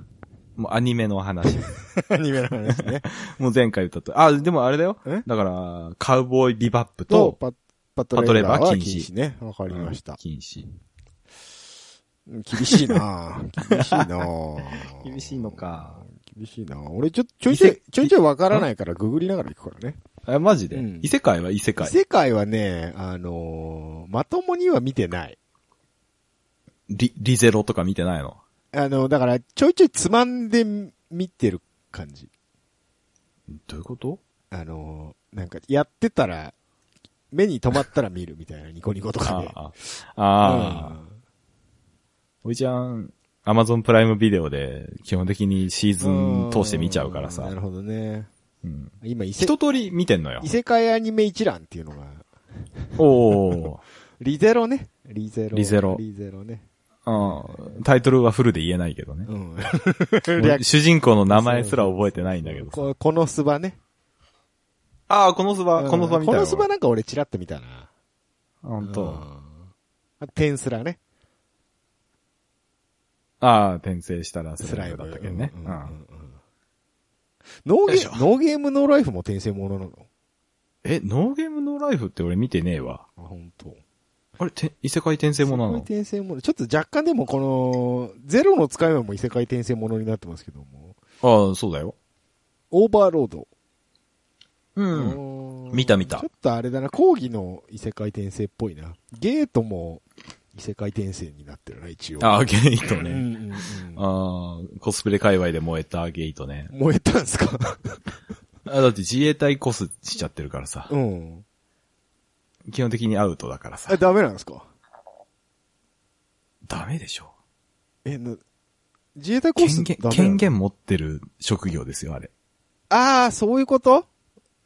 S2: もうアニメの話。
S1: [LAUGHS] アニメの話ね。
S2: もう前回言ったと。あ、でもあれだよ
S1: え。
S2: だから、カウボーイビバップ
S1: と
S2: と、、
S1: パパトレーバー
S2: パトレーバー
S1: は
S2: 禁止
S1: 禁止ね。わかりました。
S2: 禁止。
S1: うん厳しいなぁ厳しいなぁ
S2: [LAUGHS] 厳しいのか。
S1: 厳しいなぁ俺ちょ、ちょいちょい、ちょいちょいわからないからググりながら行くからね。
S2: え、マジで、
S1: うん
S2: 異世界は異世界。
S1: 世界はね、あのーまともには見てない。
S2: リ、リゼロとか見てないの
S1: あの、だから、ちょいちょいつまんで見てる感じ。
S2: どういうこと
S1: あのーなんか、やってたら、目に留まったら見るみたいな、ニコニコとか
S2: あ
S1: で。
S2: あ。ああ、おいちゃん、アマゾンプライムビデオで、基本的にシーズ
S1: う
S2: ン
S1: ん
S2: 通して見ちゃうからさ
S1: な。るほどね。
S2: うん。
S1: 今、異世
S2: 一通り見てんのよ
S1: 異。世界アニメ一覧っていうのが、
S2: お
S1: リゼロね。リゼロ。
S2: リゼロ
S1: リゼロね。
S2: お。うん。タイトルはフルで言えないけどね。
S1: うん。
S2: 俺主人公の名前すら覚えてないんだけどさ。
S1: ここのスバね。
S2: ああ、このスバ、このスバ
S1: うん
S2: 見
S1: こ
S2: たよ。
S1: のスバなんか俺チラッと見たな。
S2: ほん
S1: うん
S2: と。
S1: あテンスラね。
S2: ああ、転生したらス
S1: ス
S2: ラ
S1: ラ
S2: イ
S1: イ
S2: ム
S1: ム
S2: だったけどね。
S1: う
S2: うんん
S1: うんうんノー
S2: よい
S1: ゲ
S2: しょ
S1: ノーゲームノーライフも転生ものなの
S2: え、ノーゲームノーライフって俺見てねえわ。
S1: あ、本当。
S2: あれ、て異世界転生ものなの
S1: 転生もの。ちょっと若干でもこの、ゼロの使い目も異世界転生ものになってますけども。
S2: ああ、そうだよ。
S1: オーバーロード。
S2: うん。
S1: う
S2: 見た見た
S1: ちょっとあれだな、講義の異世界転生っぽいな。ゲートも異世界転生になってるな、一応。
S2: ああ、ゲイト
S1: うんう
S2: ね。
S1: んうん
S2: ああ、コスプレ界隈で燃えたゲイトね。
S1: 燃えたんですか
S2: あだって自衛隊コスしちゃってるからさ。
S1: うん。
S2: [LAUGHS] 基本的にアウトだから
S1: え、
S2: さ。
S1: ダメなんですか
S2: ダメでしょ。
S1: え、な、自衛隊コース
S2: 権限
S1: ダ、メなの
S2: 権限持ってる職業ですよ、あれ。
S1: ああ、そういうこと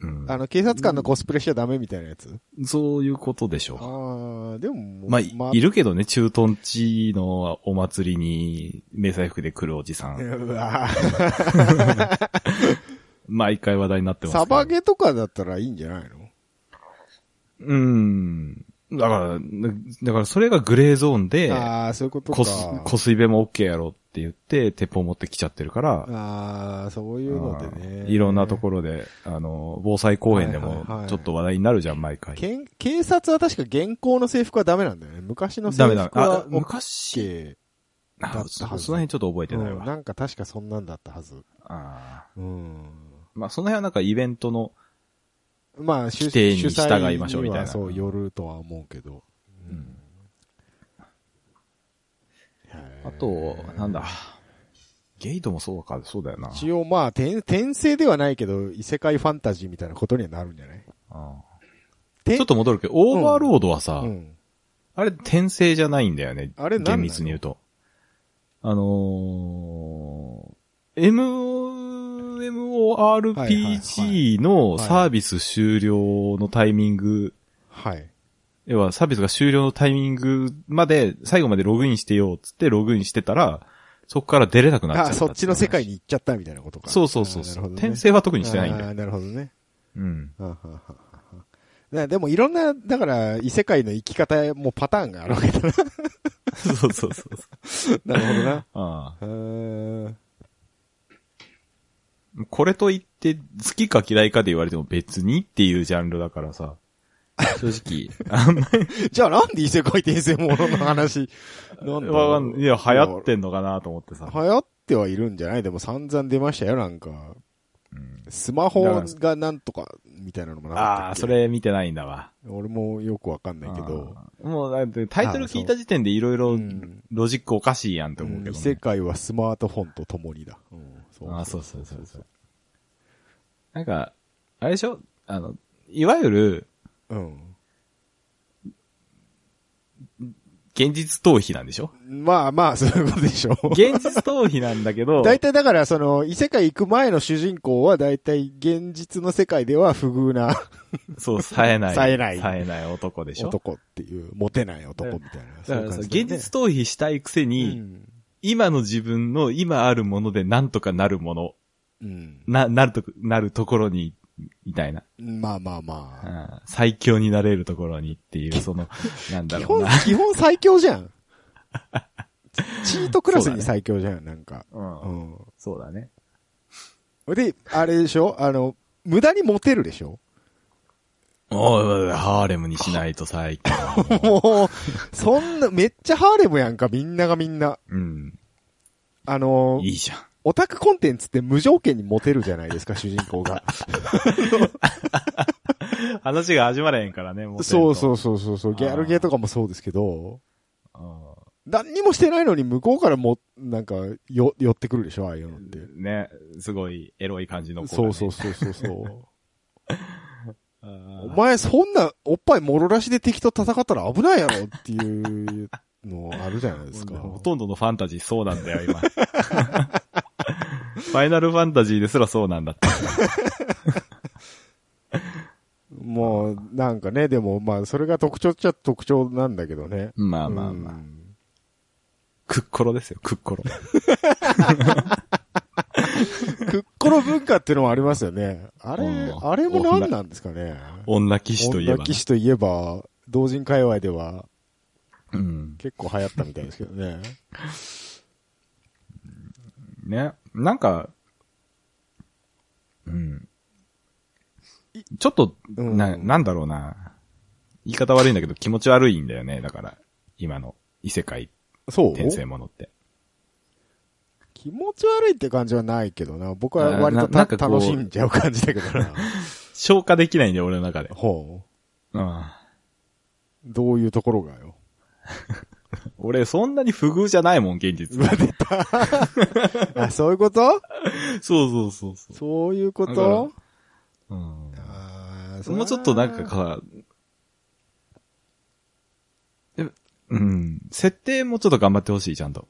S2: うん。
S1: あの、警察官のコスプレしちゃダメみたいなやつ、
S2: そういうことでしょ
S1: ああ、でも、
S2: う。まあ、いい。るけどね、駐屯地のお祭りに、迷彩服で来るおじさん。
S1: [LAUGHS] うわ
S2: 毎回話題に [LAUGHS] なってますけど
S1: サバゲとかだったらいいんじゃないの
S2: うん。だから、なだからそれがグレーゾーンで、
S1: ああ、そういうことか。
S2: コス、コスイベも OK やろって言って、鉄砲持ってきちゃってるから、
S1: ああ、そういうのでね
S2: う。んいろんなと
S1: ろ。
S2: ころで、あの、防災公園で
S1: はいはいは
S2: も
S1: い
S2: ちょっと話題になるじゃん、毎回。
S1: けん警察は確か現行の制服はダメなんだよね。昔の制
S2: ダメ
S1: 服
S2: ダメ。
S1: は
S2: あ、
S1: OK。
S2: 昔、
S1: だったは
S2: あ
S1: ず
S2: そその辺ちょっと覚えてない
S1: うん
S2: わ。
S1: なんか確かそんなんだったはず。
S2: あ
S1: うん。
S2: ーまあ、その辺はなんかイベントの、
S1: まあ、主
S2: 規定に
S1: 主催
S2: 従いましょうみたいな
S1: にはそう、よるとは思うけど。
S2: うん
S1: へー
S2: あと、なんだ、ゲイトもそうか、そうだよな。
S1: 一応まあ、転、転生ではないけど、異世界ファンタジーみたいなことにはなるんじゃない
S2: あー
S1: て
S2: ちょっと戻るけど、オーバーロードはさ、
S1: うん。
S2: あれ、転生じゃないんだよね。
S1: あれ何なの
S2: 厳密に言うと。あのー、MMORPG のサービス終了のタイミング、
S1: はい。
S2: 要はサービスが終了のタイミングまで、最後までログインしてようっつってログインしてたら、そこから出れなくなっちゃっ
S1: あ、
S2: たていう
S1: そっちの世界
S2: 話。
S1: に行っちゃったみたいなことか。
S2: そうそうそうそう、
S1: あーなるほどね
S2: 転生は特にしてないんだ
S1: あー
S2: よ。
S1: なるほどね。 [LAUGHS]
S2: うん。
S1: はんはんはんはんなでもいろんな、だから、異世界の生き方もパターンがあるわけ
S2: [LAUGHS]
S1: だ
S2: そうそうそうそう。
S1: な。なるほどな。
S2: あ
S1: うーん
S2: あこれといって、好きか嫌いかで言われても別にっていうジャンルだからさ。正直、あんまり
S1: じゃあなんで異世界転生ものの話、なんだ
S2: わかんない。いや、流行って
S1: ん
S2: んのかなと思ってさ。
S1: 流行ってはいるんじゃないでも散々出ましたよ、なんか。
S2: うん
S1: スマホがなんとか、みたいなのもなかったっけ
S2: ああ、そ。れ見てないんだわ。
S1: 俺もよくわかんないけど。
S2: あー。もう、だってタイトル聞いた時点でいろいろ
S1: ん
S2: ロジックおかしいやんって思う
S1: う
S2: け
S1: ん異
S2: ど
S1: 世
S2: ね。
S1: 界はスマートフォンと共にだ。うんそう
S2: ああ、そうそうそうそう。なんか、あれでしょあの、いわゆる、
S1: うん。
S2: 現実逃避なんでし
S1: [LAUGHS]
S2: ょ
S1: まあまあ、そういうことでしょう。
S2: 現実逃避なんだけど、
S1: 大体だから、その、異世界行く前の主人公は大体現実の世界では不遇な
S2: そう、冴えない。
S1: 冴えない
S2: 冴えない男でしょ
S1: 男っていう、モテない男みたいな。
S2: だからさ、
S1: そういう感じだよ
S2: 現
S1: ね
S2: 実逃避したいくせに、
S1: うん
S2: 今の自分の今あるものでなんとかなるもの
S1: うん。
S2: な、なると、なるところにみたいな。
S1: まあまあ
S2: う
S1: まあ。
S2: ん最強になれるところにっていう、そ [LAUGHS] の、なんだ
S1: 基
S2: ろう
S1: 本
S2: な。、
S1: 基本最強じゃ
S2: [LAUGHS]
S1: ん。チートクラスに最強じゃん、なんか。
S2: うん
S1: う
S2: そうだね。
S1: ん。で、あれでしょあの、無駄にモテるでしょ
S2: おい、ハーレムにしないと最 [LAUGHS] 強。
S1: もう、そんな、めっちゃハーレムやんか、みんながみんな。
S2: うん。
S1: あの、
S2: いいじゃん。
S1: オタクコンテンツって無条件にモテるじゃないですか、主人
S2: [LAUGHS]
S1: 公が。
S2: 話が始まらへんからね、もう。。
S1: そうそううそうそうそう、ギャルゲーとかもそうですけど、
S2: うん
S1: 何にもしてないのに向こうからも、なんか、よ、寄ってくるでしょ、ああいうのって。
S2: ね、すごいエロい感じの子が
S1: そ
S2: ね、
S1: うそうそうそうそう。
S2: あ
S1: お
S2: ー
S1: 前そんな、おっぱいもろらしで敵と戦ったら危ないやろっていうのあるじゃない
S2: [LAUGHS]
S1: ですか。
S2: ほとんどのファンタジーそうなんだよ、今。フ [LAUGHS] ァイナルファンタジーですらそうなんだって。
S1: もう、なんかね、でもまあ、それが特徴っちゃ特徴なんだけどね。
S2: まあまあまあ。くっころですよ、くっころ。
S1: あ。クッコロ文化っていうのもありますよね。あれ、
S2: うん
S1: あれも何なんですかね。
S2: 女騎士といえば
S1: 女
S2: な。
S1: 騎士といえば、同人界隈では
S2: うん。
S1: 結構流行ったみたいですけどね。
S2: ね。なんか、うん。ちょっと、
S1: うん
S2: な、なんだろうな。言い方悪いんだけど気持ち悪いんだよね、だから。今の異世界
S1: そう
S2: 転生ものって。
S1: 気持ち悪いって感じはないけどな。僕は割
S2: な
S1: と
S2: なん
S1: た
S2: かこう
S1: 楽しんじゃう感じだけどな。
S2: 消化できないんだよ、俺の中で。
S1: ほう。
S2: うん。
S1: どういうところがよ。
S2: 俺、そんなに不遇じゃないもん、現
S1: [LAUGHS]
S2: 実。
S1: あ、そういうこと
S2: そうそうそうそ
S1: そういうこ
S2: だから
S1: と
S2: う。うん。
S1: あー
S2: もうちょっとなんか
S1: そら
S2: か、えうん。設定もちょっと頑張ってほしい、ちゃんと。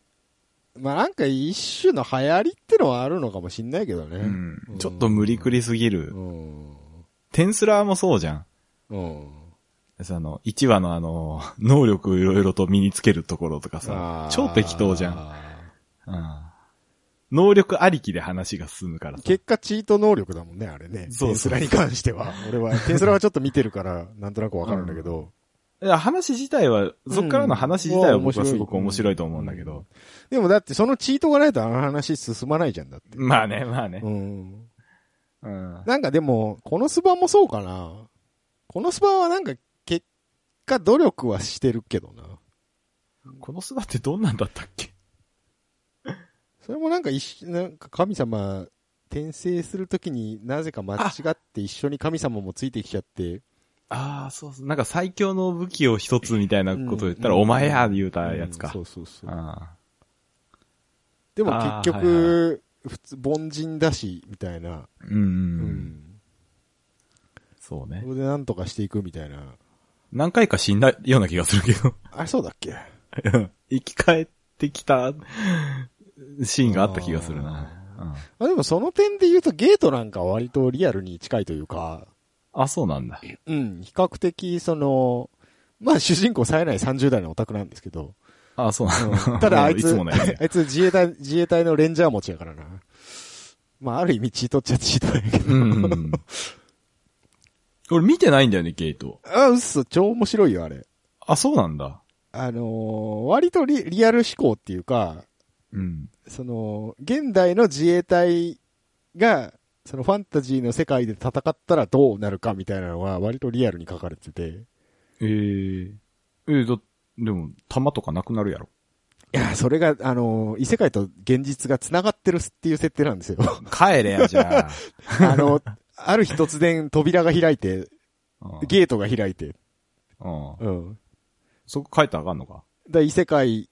S1: まあなんか一種の流行りってのはあるのかもしんないけどね。
S2: うん。ちょっと無理くりすぎる
S1: う。ん。
S2: テンスラーもそうじゃん。
S1: うん。
S2: あの、1話のあの、能力いろいろと身につけるところとか
S1: あ
S2: さ
S1: ー、
S2: 超適当じゃん。。うん。能力ありきで話が進むからさ。
S1: 結果チート能力だもんね、あれね。
S2: そうそう
S1: テスラに関して
S2: [LAUGHS]
S1: は。俺は、テスラはちょっと見てるから、なんとなくわかるんだけど。
S2: いや話自体は、そっからの話自体は僕はすごく
S1: うん
S2: 面白いと思うんだけど。
S1: でもだってそのチートがないとあの話進まないじゃんだって。
S2: まあね、まあね
S1: う。ん。
S2: うん。
S1: なんかでも、このスバもそうかな。このスバはなんか結果努力はしてるけどな。
S2: この姿ってどんなんだったっけ
S1: それもなんか一緒、なんか神様、転生するときになぜか間違って一緒に神様もついてきちゃって、
S2: ああ、そうそう。なんか最強の武器を一つみたいなこと言ったら、
S1: うん
S2: お前や言うたやつ
S1: うん
S2: か
S1: そ。うそうそう。
S2: あ
S1: でも結
S2: あーはい
S1: 局、普通、凡人だし、みたいな。
S2: ーうんう。
S1: うんん。
S2: そう
S1: そ
S2: ね。
S1: れでなんとかしていくみたいな。
S2: 何回か死んだような気がするけど。
S1: あれそうだっけ
S2: うん生き返ってきたシーンがあった気がするな。うん
S1: あでもその点で言うとゲートなんかは割とリアルに近いというか、
S2: あ、そうなんだ。
S1: うん、比較的その、まあ主人公冴えない30代のオタクなんですけど、
S2: あ、そうなん
S1: う
S2: だ。
S1: んただあい
S2: もう
S1: つ、
S2: いつものやつや
S1: [LAUGHS] あいつ自衛隊、自衛隊のレンジャー持ちやからな。まあある意味チートっちゃチートだけど。
S2: うんうん。俺見てないんだよね、ゲート。
S1: あ、嘘、超面白いよ、あれ。
S2: あ、そうなんだ。
S1: あのー割とリリアル思考っていうか、
S2: うん。
S1: その、現代の自衛隊が、そのファンタジーの世界で戦ったらどうなるかみたいなのは割とリアルに書かれてて。い
S2: えー、えー、だ、でも、弾とかなくなるやろ。
S1: や、それが、あのー異世界と現実が繋がってるっていう設定なん
S2: [LAUGHS]
S1: ですよ。
S2: 帰れや、じゃ [LAUGHS] あ。
S1: あの、ある日突然扉が開いて、
S2: うん
S1: ゲートが開いて、
S2: うん。
S1: うん。
S2: そこ書いてあかんのか。
S1: だ異世界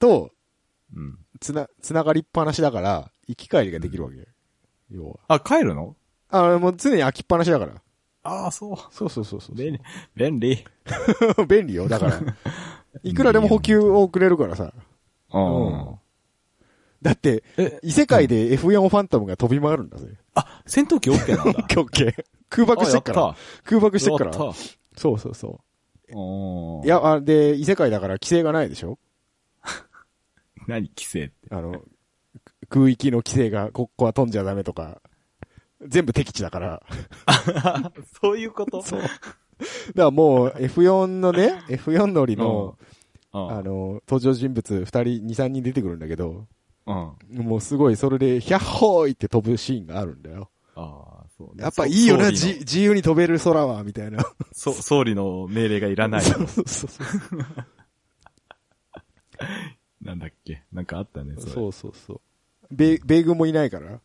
S1: と
S2: うん。
S1: つな、つながりっぱなしだから、行き帰りができるわけよ。要は。
S2: あ、帰るの
S1: あもう常に開きっぱなしだから。 [LAUGHS]
S2: ああ、そう。
S1: そうそうそうそう。
S2: 便利、便利。
S1: 便利よ、だから。いくらでも補給をくれるからさ。
S2: うん。
S1: だって、
S2: え、
S1: 異世界で F4 ファントムが飛び回るんだぜ。
S2: あ、戦闘機 OK [LAUGHS] なんだ。
S1: オッケー。空爆してっか
S2: あや
S1: ら
S2: っ。
S1: 空爆してっか
S2: や
S1: ら。
S2: っ
S1: そうそうそ
S2: たうん
S1: う。い、や、あで、異世界だから規制がないでしょ
S2: 何、規制って。
S1: あの、く空域の規制が、ここは飛んじゃダメとか、全部敵地だから。
S2: そういうこと
S1: そう。だからもう F4 の
S2: [LAUGHS]
S1: ね、F4 乗りの、
S2: うん。
S1: あの、登場人物2人、2、3人出てくるんだけど、
S2: うん。
S1: もうすごいそれで、ヒャッホーイって飛ぶシーンがあるんだよ。
S2: ああ、そうね
S1: やっぱいいよな、
S2: 総
S1: じ
S2: 理の
S1: 自由に飛べる空は、みたいな。
S2: そう総理の命令がいらない。
S1: そうそうそう。
S2: なんだっけなんかあったね、それ。
S1: そうそうそう。米、米軍もいないから。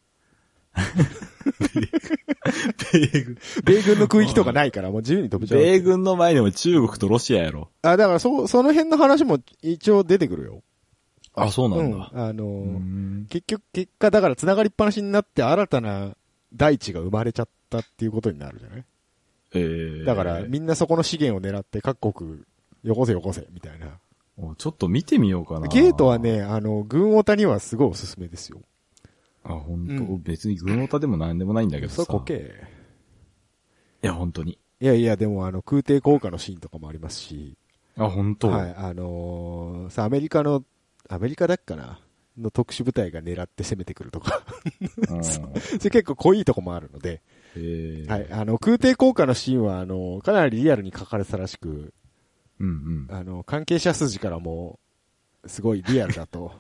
S2: 米軍。
S1: 米軍の区域とかないから、もう自由に飛ぶじゃん。
S2: 米軍の前にも中国とロシアやろ。
S1: あ、だからそ、その辺の話も一応出てくるよ。
S2: あ、そう
S1: う
S2: なん
S1: ん
S2: だ。。
S1: あの
S2: う
S1: ー、
S2: ん。
S1: 結局、結果だから繋がりっぱなしになって新たな大地が生まれちゃったっていうことになるじゃない
S2: えー、
S1: だから、みんなそこの資源を狙って各国、よこせよこせ、みたいな。
S2: おちょっと見てみようかな。
S1: ゲートは。ね、あの、軍オタにはすごいおすすめですよ。
S2: あ、本当、
S1: うん
S2: 別に軍オタでも何でもないんだけど
S1: そ
S2: さ。
S1: れこけ。
S2: いや、本当に。
S1: いやいや、でもあの、空挺効果のシーンとかもありますし、
S2: あ、本当、
S1: はい、あのーさ、アメリカの、アメリカだっけかなの特殊部隊が狙って攻めてくるとか、 [LAUGHS]
S2: うん。
S1: それ結構濃いとこもあるので、
S2: えー、
S1: はい、あの、空挺効果のシーンは、あの、かなりリアルに書かれてたらしく、
S2: うんうん。
S1: あの、関係者筋からも、すごいリアルだ
S2: [LAUGHS]
S1: と、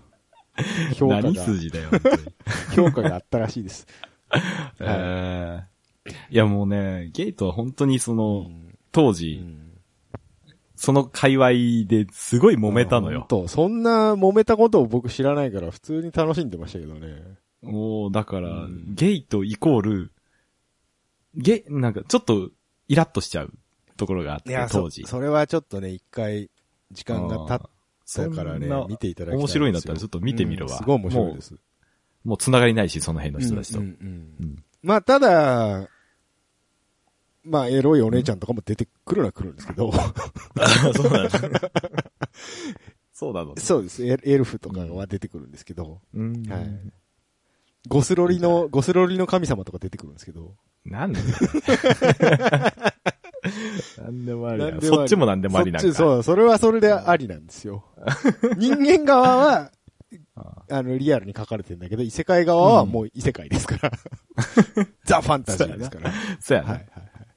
S1: 評価が
S2: 何、筋だよ、本当に
S1: 評価があったらしいです。
S2: えーいや、もうね、ゲートは本当にその、
S1: うん
S2: 当
S1: う
S2: 時、
S1: ん
S2: その界隈ですごい揉めたのよ。
S1: ほんとそんな揉めたことを僕知らないから、普通に楽しんでましたけどね。
S2: もう、だから、
S1: うん
S2: ゲイとイコール、ゲ、なんか、ちょっと、イラッとしちゃうところがあって、当時。
S1: そ、それはちょっとね、一回、時間が経ったからね
S2: そんな、
S1: 見ていただきたいんですよ。
S2: 面白いんだったらちょっと見てみるわ。
S1: うんすごい面白いです。
S2: もう。もう繋がりないし、その辺の人たちと。
S1: うんう
S2: うんん
S1: まあ、ただ、まあ、エロいお姉ちゃんとかも出てくるのは来るんですけ [LAUGHS] ど、
S2: [LAUGHS] そうなの。そうなの。
S1: そうです。エエルフとかは出てくるんですけど、
S2: うん
S1: はい。ゴスロリの、ゴスロリの神様とか出てくるんですけど、
S2: なんで [LAUGHS] なんでもあり
S1: なん
S2: な。
S1: でもあり
S2: そっちもなんでもありなん
S1: そっ
S2: か。
S1: ちそう、それはそれでありなんですよ。人間側は、
S2: あ
S1: あの、リアルに書かれてるんだけど、異世界側はもう異世界です
S2: [LAUGHS]
S1: から。ザ・ファンタジーですから。は
S2: そうや
S1: いはいは
S2: ね
S1: い。。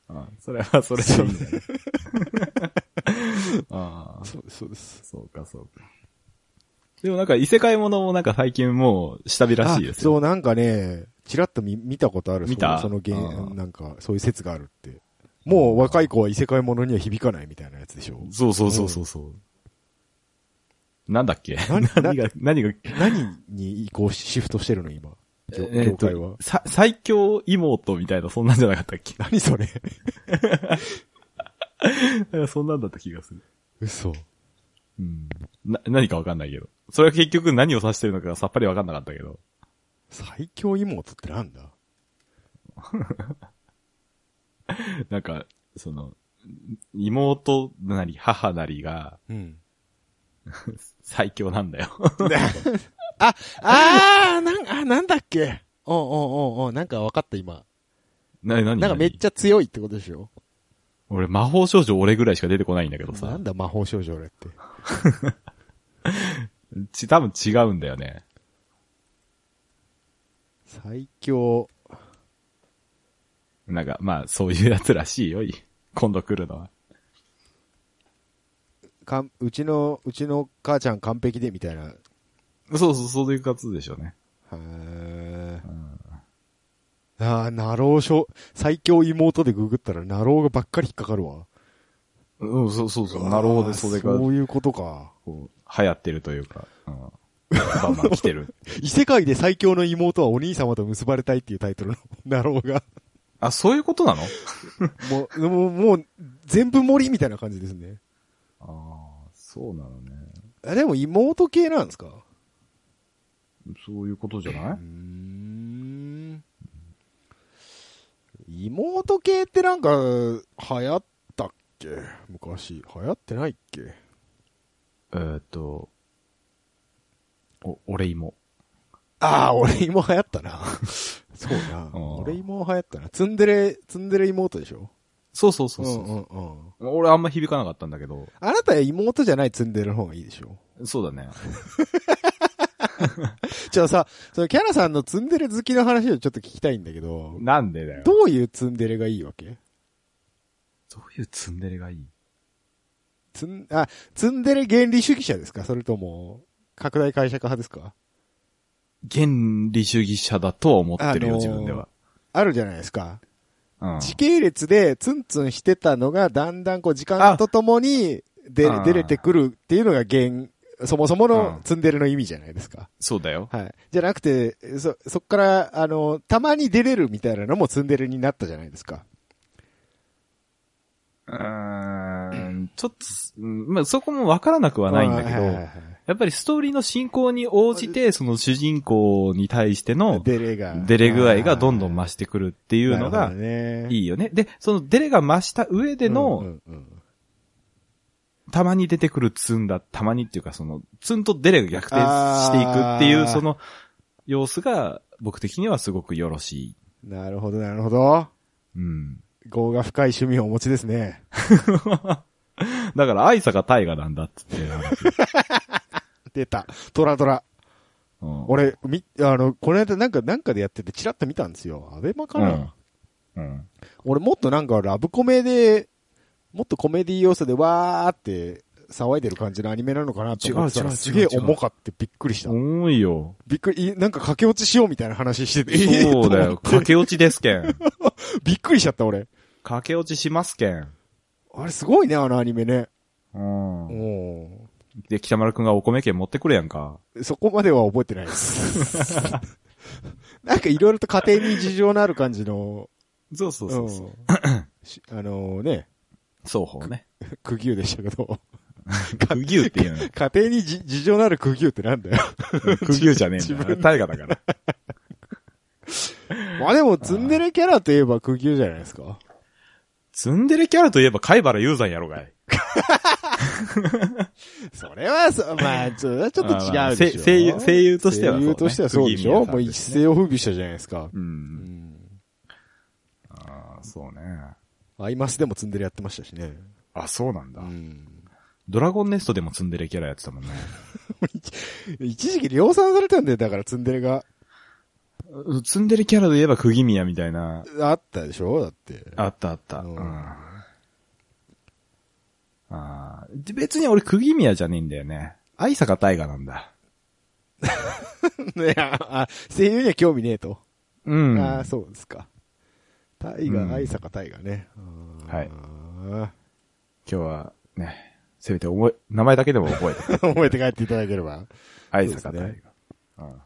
S2: うんそれはそれ [LAUGHS] でいいんだねああ、
S1: そうです、そうです。
S2: そうかそうか。でもなんか異世界ものもなんか最近もう下火らしいです
S1: あ
S2: よ。
S1: そう、なんかね、ちらっと見見たことある。
S2: 見た
S1: そのその
S2: う
S1: 原、
S2: ん
S1: なんか、そういう説があるって。もう若い子は異世界ものには響かないみたいなやつでしょ。
S2: そうそうそうそうそう。なんだっけ
S1: 何
S2: 何が、 [LAUGHS] 何が、
S1: 何に移行しシフトしてるの、今。業
S2: えー
S1: 業
S2: と
S1: 界は。
S2: さ最強妹みたいな、そんなんじゃなかったっけ [LAUGHS]
S1: 何それ
S2: なんかそんなんだった気がする。
S1: 嘘。
S2: うん。な、何かわかんないけど。それは結局何を指してるのかさっぱりわかんなかったけど。
S1: 最強妹ってなんだ
S2: なんか、その、妹なり母なりが
S1: うん。
S2: 最強なんだよ。 [LAUGHS]
S1: [LAUGHS] あ、あー、なん、あ、なんだっけ。おうおうおうおうなんか分かった今。
S2: な、何何
S1: なんかめっちゃ強いってことでしょ
S2: 俺、魔法少女俺ぐらいしか出てこないんだけど
S1: な
S2: さ
S1: ん。だ魔法少女俺って。
S2: ち、多分違うんだよね。
S1: 最強。
S2: なんか、まあ、そういうやつらしいよ、い今度来るのは。
S1: かん、うちの、うちの母ちゃん完璧でみたいな。
S2: そうそう、そういう活でしょうね。
S1: へ
S2: うん。
S1: ーああ、ナローしょ最強妹でググったらナローがばっかり引っかかるわ。
S2: うん、そうそうそう。なるほど、それが、
S1: そういうことか。
S2: こう、流行ってるというか、うん。バンバン来てる。
S1: 異世界で最強の妹はお兄様と結ばれたいっていうタイトルの [LAUGHS] ナローが。
S2: [LAUGHS] あ、そういうことなの
S1: もう、もう、もう全部森みたいな感じですね。
S2: ああ、そうなのね。
S1: あでも妹系なんですか
S2: そういうことじゃな
S1: うーん。妹系ってなんか、流行ったっけ昔。流行ってないっけ
S2: えーっと、お、俺芋。
S1: ああ、俺芋流行ったな。 [LAUGHS] そうな。
S2: うん
S1: 俺芋流行ったな。ツンデレ、ツンデレ妹でしょ
S2: そうそうそうそう。
S1: んうんうん。
S2: 俺あんま響かなかったんだけど、
S1: あなたは妹じゃないツンデレの方がいいでしょ
S2: そうだね。
S1: ちょ、さ、そのキャラさんのツンデレ好きの話をちょっと聞きたいんだけど、
S2: なんでだよ。ど
S1: どういうツンデレがいいわけ
S2: ういうツンデレがいい
S1: ツン、あ、ツンデレ原理主義者ですかそれとも、拡大解釈派ですか
S2: 原理主義者だとは思ってるよ、
S1: あのー
S2: 自分では。
S1: あるじゃないですか。
S2: うん。
S1: 時系列でツンツンしてたのが、だんだんこう時間とともに出
S2: あ
S1: れ、出れてくるっていうのが原、そもそもの
S2: うん
S1: ツンデレの意味じゃないですか。
S2: そうだよ。
S1: はい。じゃなくて、そ、そっから、あの、たまに出れるみたいなのもツンデレになったじゃないですか。
S2: うーん、ちょっと、うんまあ、そこもわからなくはないんだけど、
S1: はいはいはいは
S2: やっぱりストーリーの進行に応じて、その主人公に対して
S1: い
S2: の
S1: デレが。
S2: 出れ具合がどんどん増
S1: し
S2: してくるっていうのが
S1: い
S2: いいよね。で、その出れが増した上での、
S1: うんうんうん
S2: たまに出てくるツンだ、たまにっていうかその、ツンとデレが逆転していくってい
S1: あ
S2: う、
S1: ー
S2: その、様子が僕的にはすごくよろしい。
S1: なるほど、なるほど。
S2: うん。
S1: 業が深い趣味をお持ちですね。 [LAUGHS]
S2: だから、愛さが大河なんだっつって。
S1: [LAUGHS] 出た。トラトラ。
S2: うん、
S1: 俺、み、あの、この間なんか、なんかでやっててチラッと見たんですよ。アベマかな、
S2: うん。うん。
S1: 俺もっとなんかラブコメで、もっとコメディ要素でわーって騒いでる感じのアニメなのかなと思ってたら
S2: 違う違う違う
S1: すげえ重かってびっくりした。
S2: 重いよ。
S1: びっくり、いなんか駆け落ちしようみたいな話してて、えーと
S2: そ
S1: 思
S2: う
S1: って
S2: だよ。駆け落ちですけん。
S1: [LAUGHS] びっくりしちゃった俺。
S2: 駆け落ちしますけん。
S1: あれすごいね、あのアニメね。
S2: うん。
S1: お
S2: で、北丸くんがお米券持ってくるやんか。
S1: そこまでは覚えて
S2: [LAUGHS]
S1: ないです。なんかいろいろと家庭に事情のある感じの、
S2: そうそ
S1: うんし [COUGHS] あのね、
S2: 双方ね。
S1: 苦牛でしたけど、 [LAUGHS]
S2: 苦牛っていうの。
S1: 家庭にじ事情のある苦牛ってなんだよ。
S2: 苦牛じゃねえん
S1: 自
S2: だよ。
S1: 分
S2: 大河だから。
S1: [LAUGHS] まあでも、ツンデレキャラといえば苦牛じゃないですか。
S2: ツンデレキャラといえば貝原雄山やろがい。
S1: それはそ、まあ、ちょちょっと違うでしょ。
S2: あーまあせ声優声優としてはそうね
S1: 声優としてはそうでしょ、
S2: 釘宮さんですね
S1: もう一世を風靡したじゃないですか。
S2: う。
S1: うんん。
S2: ああ、そうね。
S1: アイマスでもツンデレやってましたしね。
S2: あ、そうなんだ
S1: う。ん。
S2: ドラゴンネストでもツンデレキャラやってたもんね。
S1: 一時期量産されたんだよ、だからツンデレが。
S2: ツンデレキャラといえば釘宮みたいな。
S1: あったでしょだって。 [LAUGHS]
S2: あったあった。
S1: うん
S2: うんあーで別に俺、釘宮じゃねえんだよね。愛坂大河なんだ。
S1: ねあ、声優には興味ねえと。
S2: うん。
S1: ああ、そうですか。タイガ
S2: うん
S1: ー、愛坂タイガーね。うん
S2: は
S1: あ
S2: い。今日は、ね、せめて覚え、名前だけでも覚えて。
S1: ー覚えて帰っていただければ。
S2: 愛坂大河。うん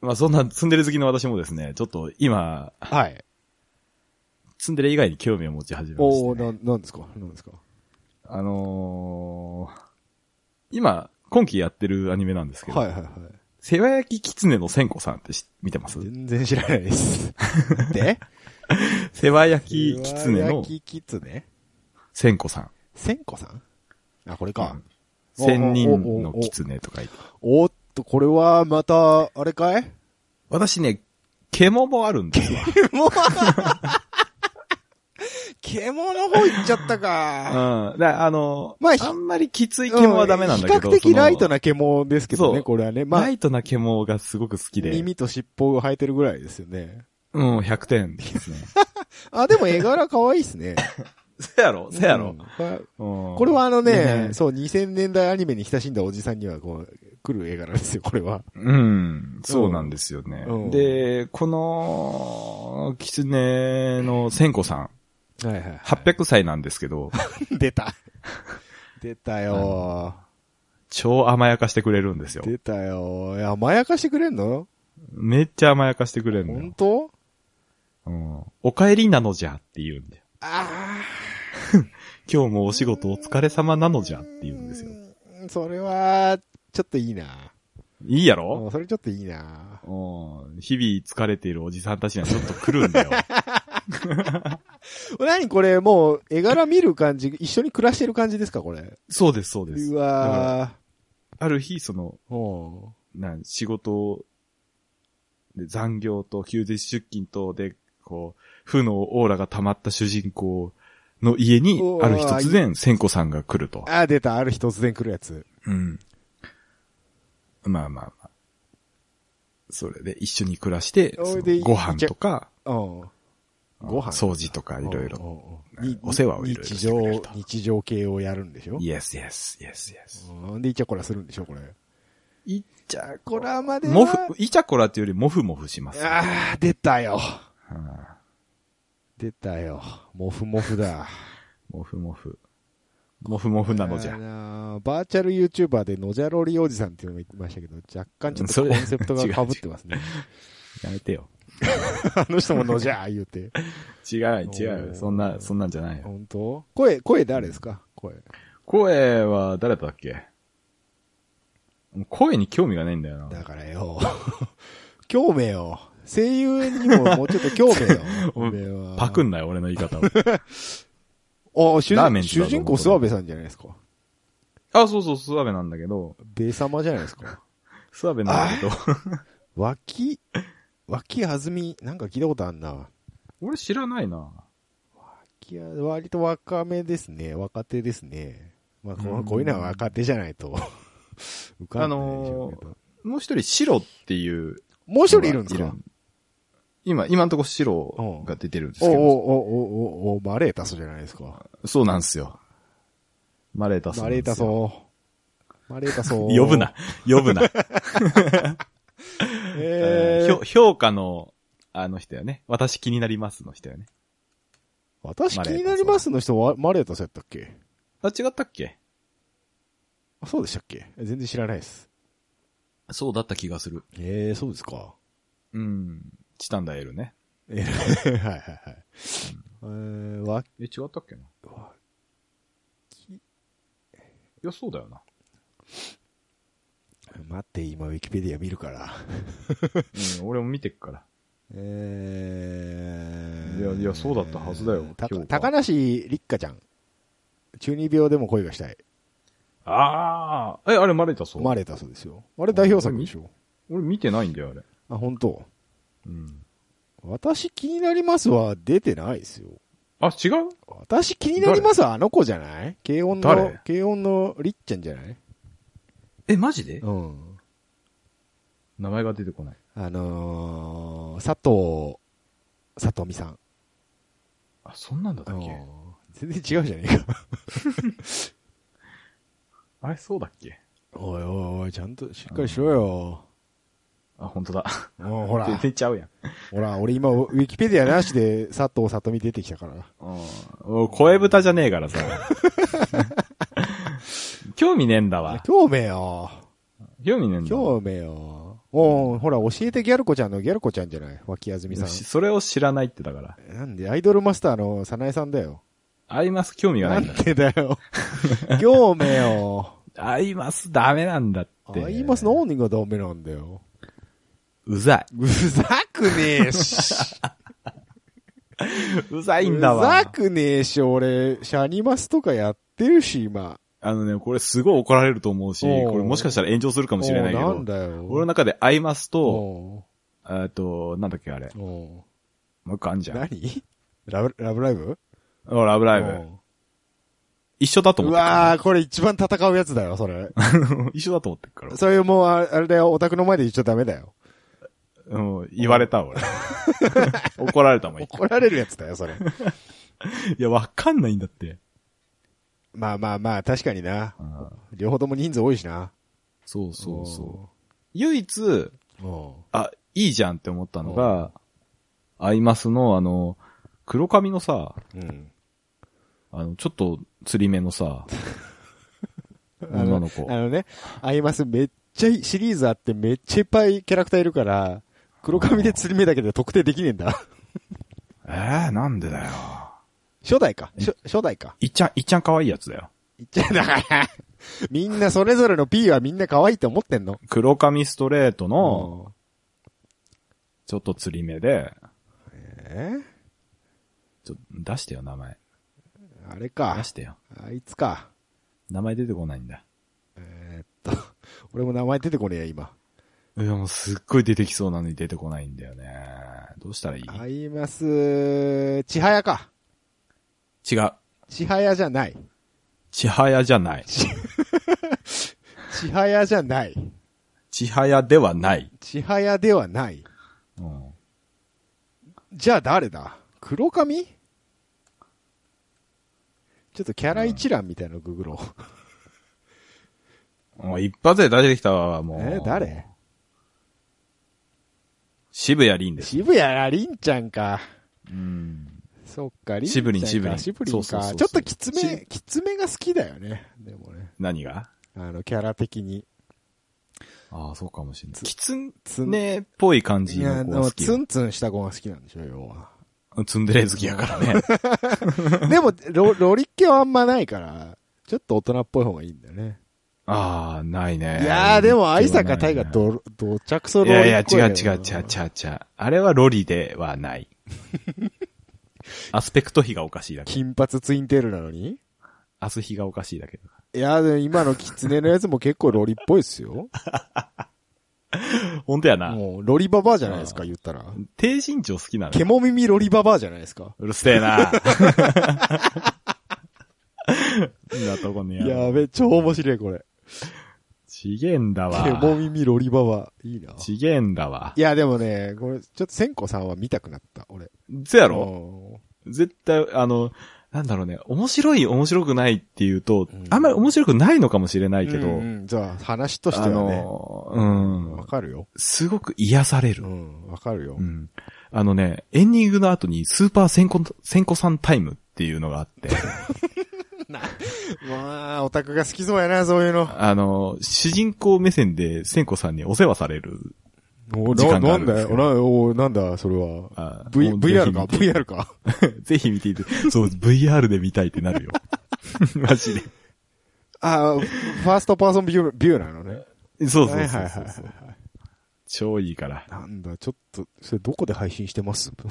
S2: まあそんなツンデレ好きの私もですね、ちょっと今、
S1: はい。
S2: ツンデレ以外に興味を持ち始めまし
S1: お
S2: て、
S1: おな
S2: ね。
S1: なんですかなんですか
S2: あのー、今、今期やってるアニメなんですけど、
S1: はいはいはい。
S2: 世話焼き狐の千子さんってし見てます
S1: 全然知らないです。 [LAUGHS] で
S2: 世話焼き狐
S1: わ
S2: の
S1: やききつね
S2: 千子さん。
S1: 千子さんあ、これか。お
S2: 千人の狐とか言って。
S1: おーっと、これはまた、あれかい
S2: 私ね、獣もあるんですわ。
S1: もう獣の方行っちゃったか。
S2: うん。だあの、
S1: まあ
S2: ま
S1: ひ
S2: あ、あんまりきつい獣はダメなんだけど。
S1: うん比較的ライト
S2: な、
S1: な獣ですけど
S2: そ
S1: ね、
S2: う
S1: これはね。まあ
S2: ラ、イトな獣がすごく好きで。
S1: 耳と尻尾が生えてるぐらいですよね。
S2: うん、100点です
S1: [LAUGHS]
S2: ね。
S1: あ、でも絵柄可愛いっすね。 [LAUGHS]
S2: せやろ、せや
S1: う
S2: ろ
S1: ん。まあ
S2: こ
S1: これはあのね、そう、2000年代アニメに親しんだおじさんには、こう、来る絵柄ですよ、これは。
S2: うん、そうなんですよね。
S1: うん
S2: で、この、狐の千子さん、
S1: はいはい。
S2: 800歳なんです
S1: [LAUGHS]
S2: けど、
S1: 出た。出たよ
S2: 超甘やかしてくれるんですよ
S1: ー。。出たよー。いや、甘やかしてくれんの
S2: めっちゃ甘やかしてくれるの
S1: 本
S2: よ。
S1: 当
S2: うん、お帰りなのじゃって言うんだよ。
S1: あ
S2: [LAUGHS] 今日もお仕事お疲れ様なのじゃって
S1: ー
S2: 言うんですよ。
S1: うんそれは、ちょっといいな。
S2: いいや
S1: う
S2: ろ
S1: んそれちょっといいな。
S2: うん。日々疲れているおじさんたちにはちょっと来るんだよ。
S1: 何これ、もう、絵柄見る感じ、一緒に暮らしてる感じですか、これ。
S2: そうです、そうです
S1: う。わ
S2: ある日、その、
S1: ー。うん
S2: なん、仕事で残業と休日出勤とで、こう、負のオーラが溜まった主人公の家に
S1: う、わ
S2: ある日突然、千子さんが来ると。
S1: あー、出た。ある日突然来るやつ。
S2: うん。まあまあまあ。それで一緒に暮らして、
S1: そ
S2: そ
S1: れ
S2: の
S1: で
S2: ご飯とか、
S1: うん。ご飯
S2: 掃除とかいろい
S1: ろ。
S2: ろ。
S1: うんうん
S2: お世話をいろいろ
S1: 日
S2: してくれる
S1: 常
S2: と、
S1: 日常系をやるんでしょ
S2: yes, yes, yes, yes.
S1: うんで、イチャコラするんでしょ、これ。
S2: いちゃ
S1: こらまでは
S2: もふ、いちゃこらっていうよりもふもふします。
S1: ああ、出たよ。
S2: うん
S1: 出たよ。もふもふだ。
S2: もふもふ。もふもふなのじ
S1: あ
S2: ゃ。
S1: のーバーチャル YouTuber でのじゃろりおじさんっていうのも言ってましたけど、若干ちょっと
S2: それ
S1: コンセプトが被ってます
S2: [LAUGHS]
S1: ね。
S2: やめてよ。
S1: あの人ものじ [LAUGHS] ゃー言うて。
S2: 違う、違
S1: おー
S2: う。そんな、そんなんじゃないよ。
S1: 本当声、声誰ですか声。
S2: 声は誰だっけもう声に興味がないんだよ
S1: だ
S2: な。。
S1: から [LAUGHS] よ。興味よ。声優にももうちょっと興味よ
S2: お
S1: 俺は
S2: パクんなよ、俺の言い方を。 [LAUGHS]
S1: お主
S2: ラーメン
S1: 人主
S2: ズだと思う
S1: 人公諏訪部さんじゃないですか。
S2: [LAUGHS] あ、そうそう、スワベなんだけど、
S1: ベイ様じゃないですか。
S2: スワベなんだけど、
S1: 脇、脇あずみ、なんか聞いたことあんな。
S2: 俺知らないな。
S1: いや、割と若めですね。若手ですね。まあ、こ
S2: う
S1: の
S2: ん
S1: こういうのは若手じゃないと。 [LAUGHS] 浮かんでないでしょうけど
S2: もう一人、シロっていう。
S1: もう一人いるんですか
S2: 今、今のとこシロが出てるんです
S1: お
S2: け
S1: おお
S2: ど、
S1: おおおマレータソじゃないですか。
S2: そうなんですよ。マレータソ。
S1: マレータ。ソ。マレータ [LAUGHS] ソ。
S2: 呼ぶな。。呼ぶな。
S1: え
S2: ひ
S1: ー
S2: ょ、、評価の、あの人よね。私気になりますの人よね。
S1: 私気になりますの人はマレータソやったっけ
S2: あ、違ったっけ
S1: あそうでしたっけ全然知らないです。
S2: そうだった気がする。
S1: ええそうですか。
S2: うん。チタンダエルね。
S1: えー [LAUGHS] はいはいはい。えー、わ
S2: え、違ったっけな
S1: わ
S2: いや、そうだよな。
S1: 待って、今ウィキペディア見るから。
S2: うん、俺も見てっから。
S1: えー
S2: いやいやそうだったはずだよ
S1: た
S2: 評価
S1: 高梨立花ちゃん。中二病でも恋がしたい。
S2: ああえ、あれマレータソ
S1: 生まれたそうですよ。あれ代表作でしょ。
S2: 俺見てないんだよ、あれ。
S1: あ、本当。
S2: うん。
S1: 私気になりますは出てないですよ。
S2: あ、違う
S1: 私気になりますはあの子じゃない軽音の
S2: 誰、
S1: 軽音のりっちゃんじゃない
S2: え、マジで
S1: うん。
S2: 名前が出てこない。
S1: あのー、佐藤、佐藤美さん。
S2: あ、そんなんだったっ
S1: う
S2: け
S1: ん全然違うじゃねえか。
S2: あれ、そうだっけ
S1: おいおいおい、ちゃんとしっかりしろよ。
S2: あ、本当だ。
S1: うん、ほら。
S2: 出てちゃうやん。
S1: ほら、俺今、ウィキペディアなしで佐藤里美出てきたから。
S2: うん。声豚じゃねえ [LAUGHS] からさ。興味ねえんだわ。
S1: 興味よ。
S2: 興味ねえんだわ。
S1: 興味よ。おうほら、教えてギャル子ちゃんのギャル子ちゃんじゃない脇あずみさ
S2: し
S1: ん。
S2: それを知らないってだから。
S1: なんで、アイドルマスターの早苗さんだよ。
S2: アイマス興味が
S1: な
S2: ないん
S1: ん
S2: だ。
S1: でだよ。 [LAUGHS] 興味 [LAUGHS] よ。
S2: アイマスダメなんだって。
S1: アイマスのオーニングがダメなんだよ。
S2: うざい。
S1: うざくねえし。
S2: うざいん
S1: う
S2: だわ。
S1: ざくねえし、俺、シャニマスとかやってるし、今。
S2: あのね、これすごい怒られると思うし、
S1: おう
S2: これもしかしたら炎上するかもしれないけ
S1: おうなん
S2: ど、
S1: だよ。
S2: 俺の中でアイマスと、
S1: お
S2: えっと、なんだっけあれ
S1: う、おう
S2: もう一個あんじゃん。
S1: 何ラブ、ラブライブ
S2: おラブライ
S1: おう
S2: ブ。一緒だと
S1: う
S2: 思ってっか
S1: わー、これ一番戦うやつだよ、そ
S2: [LAUGHS]
S1: れ。
S2: ら。一緒だと思ってっから。
S1: そういうもう、ああれだよ、オタクの前で言っちゃダメだよ。
S2: うん、言われ
S1: [LAUGHS]
S2: た俺。怒られたもん。い
S1: 怒られるやつだよ、それ。
S2: や、わかんないんだって。
S1: まあまあまあ、確かにな。
S2: うん
S1: 両方とも人数多いしな。
S2: そうそうそう。唯一、
S1: うん。お
S2: あ、いいじゃんって思ったのが、アイマスのあの、黒髪のさ、
S1: ううん。
S2: あの、ちょっと釣り目の [LAUGHS] さ、女の子
S1: あ。のね、アイマスめっちゃいシリーズあってめっちゃいっぱいキャラクターいるから、黒髪で釣り目だけで特定できねえんだ。
S2: えー、なんでだよ。
S1: 初代か。初初代か。
S2: いっちゃん、いっちゃん可愛いやつだよ。
S1: いっちゃうだから。みんなそれぞれの P はみんな可愛いと思ってんの。
S2: 黒髪ストレートの、
S1: うん。
S2: ちょっと釣り目で、
S1: えー
S2: ちょ、出してよ、名前。
S1: あれか
S2: 出。してよ。
S1: あいつか。
S2: 名前出てこないんだ。
S1: えーっと、俺も名前出てこねえや、今。
S2: いや、もうすっごい出てきそうなのに出てこないんだよね。どうしたらいい
S1: アイマス、ちはやか。
S2: 違う。
S1: ちはやじゃない。
S2: ちはやじゃない。
S1: ちはやじゃない。
S2: ちちはやではない。
S1: ちはやではない。
S2: うん。
S1: じゃあ誰だ黒髪ちょっとキャラ一覧みたいなのググろう。
S2: もう一発で出してきたわ、もう。
S1: えー誰
S2: 渋谷凛です。
S1: 渋谷りんちゃんか。
S2: うん。
S1: そっか、りんちゃ
S2: 渋
S1: んか。
S2: 林渋林
S1: 渋
S2: そ
S1: 林
S2: うそうそうそ
S1: か。
S2: う
S1: ちょっときつめ、
S2: し
S1: きつめが好きだよね。でもね。
S2: 何が
S1: あの、キャラ的に。
S2: ああ、そうかもしれない。
S1: つ
S2: きつん
S1: つん
S2: ねっぽい感
S1: い
S2: じ
S1: や、あ
S2: の子が
S1: の、
S2: 好き
S1: ツンツンした子が好きなんでしょ、要は。
S2: よ。ツンデレ好きやからね。
S1: でも、ロ、ロリっ気はあんまないから、ちょっと大人っぽい方がいいんだよね。
S2: [LAUGHS] ああ、ないね。
S1: いやー、でも、愛坂大
S2: 大が
S1: が
S2: ど
S1: ど、どちゃくそ
S2: い
S1: ロリっ
S2: や
S1: 子
S2: いや、違う
S1: けど
S2: 違う違う違う違う。あれはロリではない。 [LAUGHS] アスペクト比がおかしいだけ。
S1: 金髪ツインテールなのに
S2: アス比がおかしいだけ。
S1: いや、でも今のキツネのやつも結構ロリっぽいっすよ。
S2: 本当やな。
S1: もう、ロリババアじゃないです
S2: あ
S1: か、
S2: ー
S1: 言ったら。
S2: 低身長好きなの。
S1: 獣耳ロリババアじゃないですか。
S2: うるせえ [LAUGHS] な。なとこね
S1: やべ、超面白い、これ。
S2: ちげえんだ
S1: 獣
S2: わ。
S1: 耳ロリババア。いいな。
S2: ちげえんだわ
S1: い。や、でもね、これ、ちょっと千子さんは見たくなった、俺。
S2: せや
S1: だ
S2: ろ絶対、あの、なんだろうね、面白い、面白くないっていうと、
S1: うん
S2: あんまり面白くないのかもしれないけど、
S1: うんうんじゃあ、話とし
S2: あ
S1: てはね。
S2: の、う
S1: わ
S2: ん、
S1: かるよ。
S2: すごく癒される
S1: う。ん、わかるよ
S2: う。ん。あのね、エンディングの後にスーパー千個、千個さんタイムっていうのがあって、
S1: [LAUGHS] まあ、オタクが好きそうやな、そういうの。
S2: あの、主人公目線で千個さんにお世話される。
S1: お
S2: 時
S1: な
S2: 間が
S1: な
S2: あ
S1: ん
S2: るんで
S1: だ
S2: す
S1: よ、
S2: よ
S1: な、おなんだ、それは。
S2: あ
S1: V、
S2: もうぜひ
S1: VR か ?VR か
S2: ぜひ見ていて、そう、VR で見たいってな
S1: [LAUGHS]
S2: るよ。マジで。
S1: あーファーストパーソンビュー、ビューなのね。
S2: そうそうそうそう、
S1: はいはいはいはい。
S2: 超いいから。
S1: なんだ、ちょっと、それどこで配信してます
S2: とり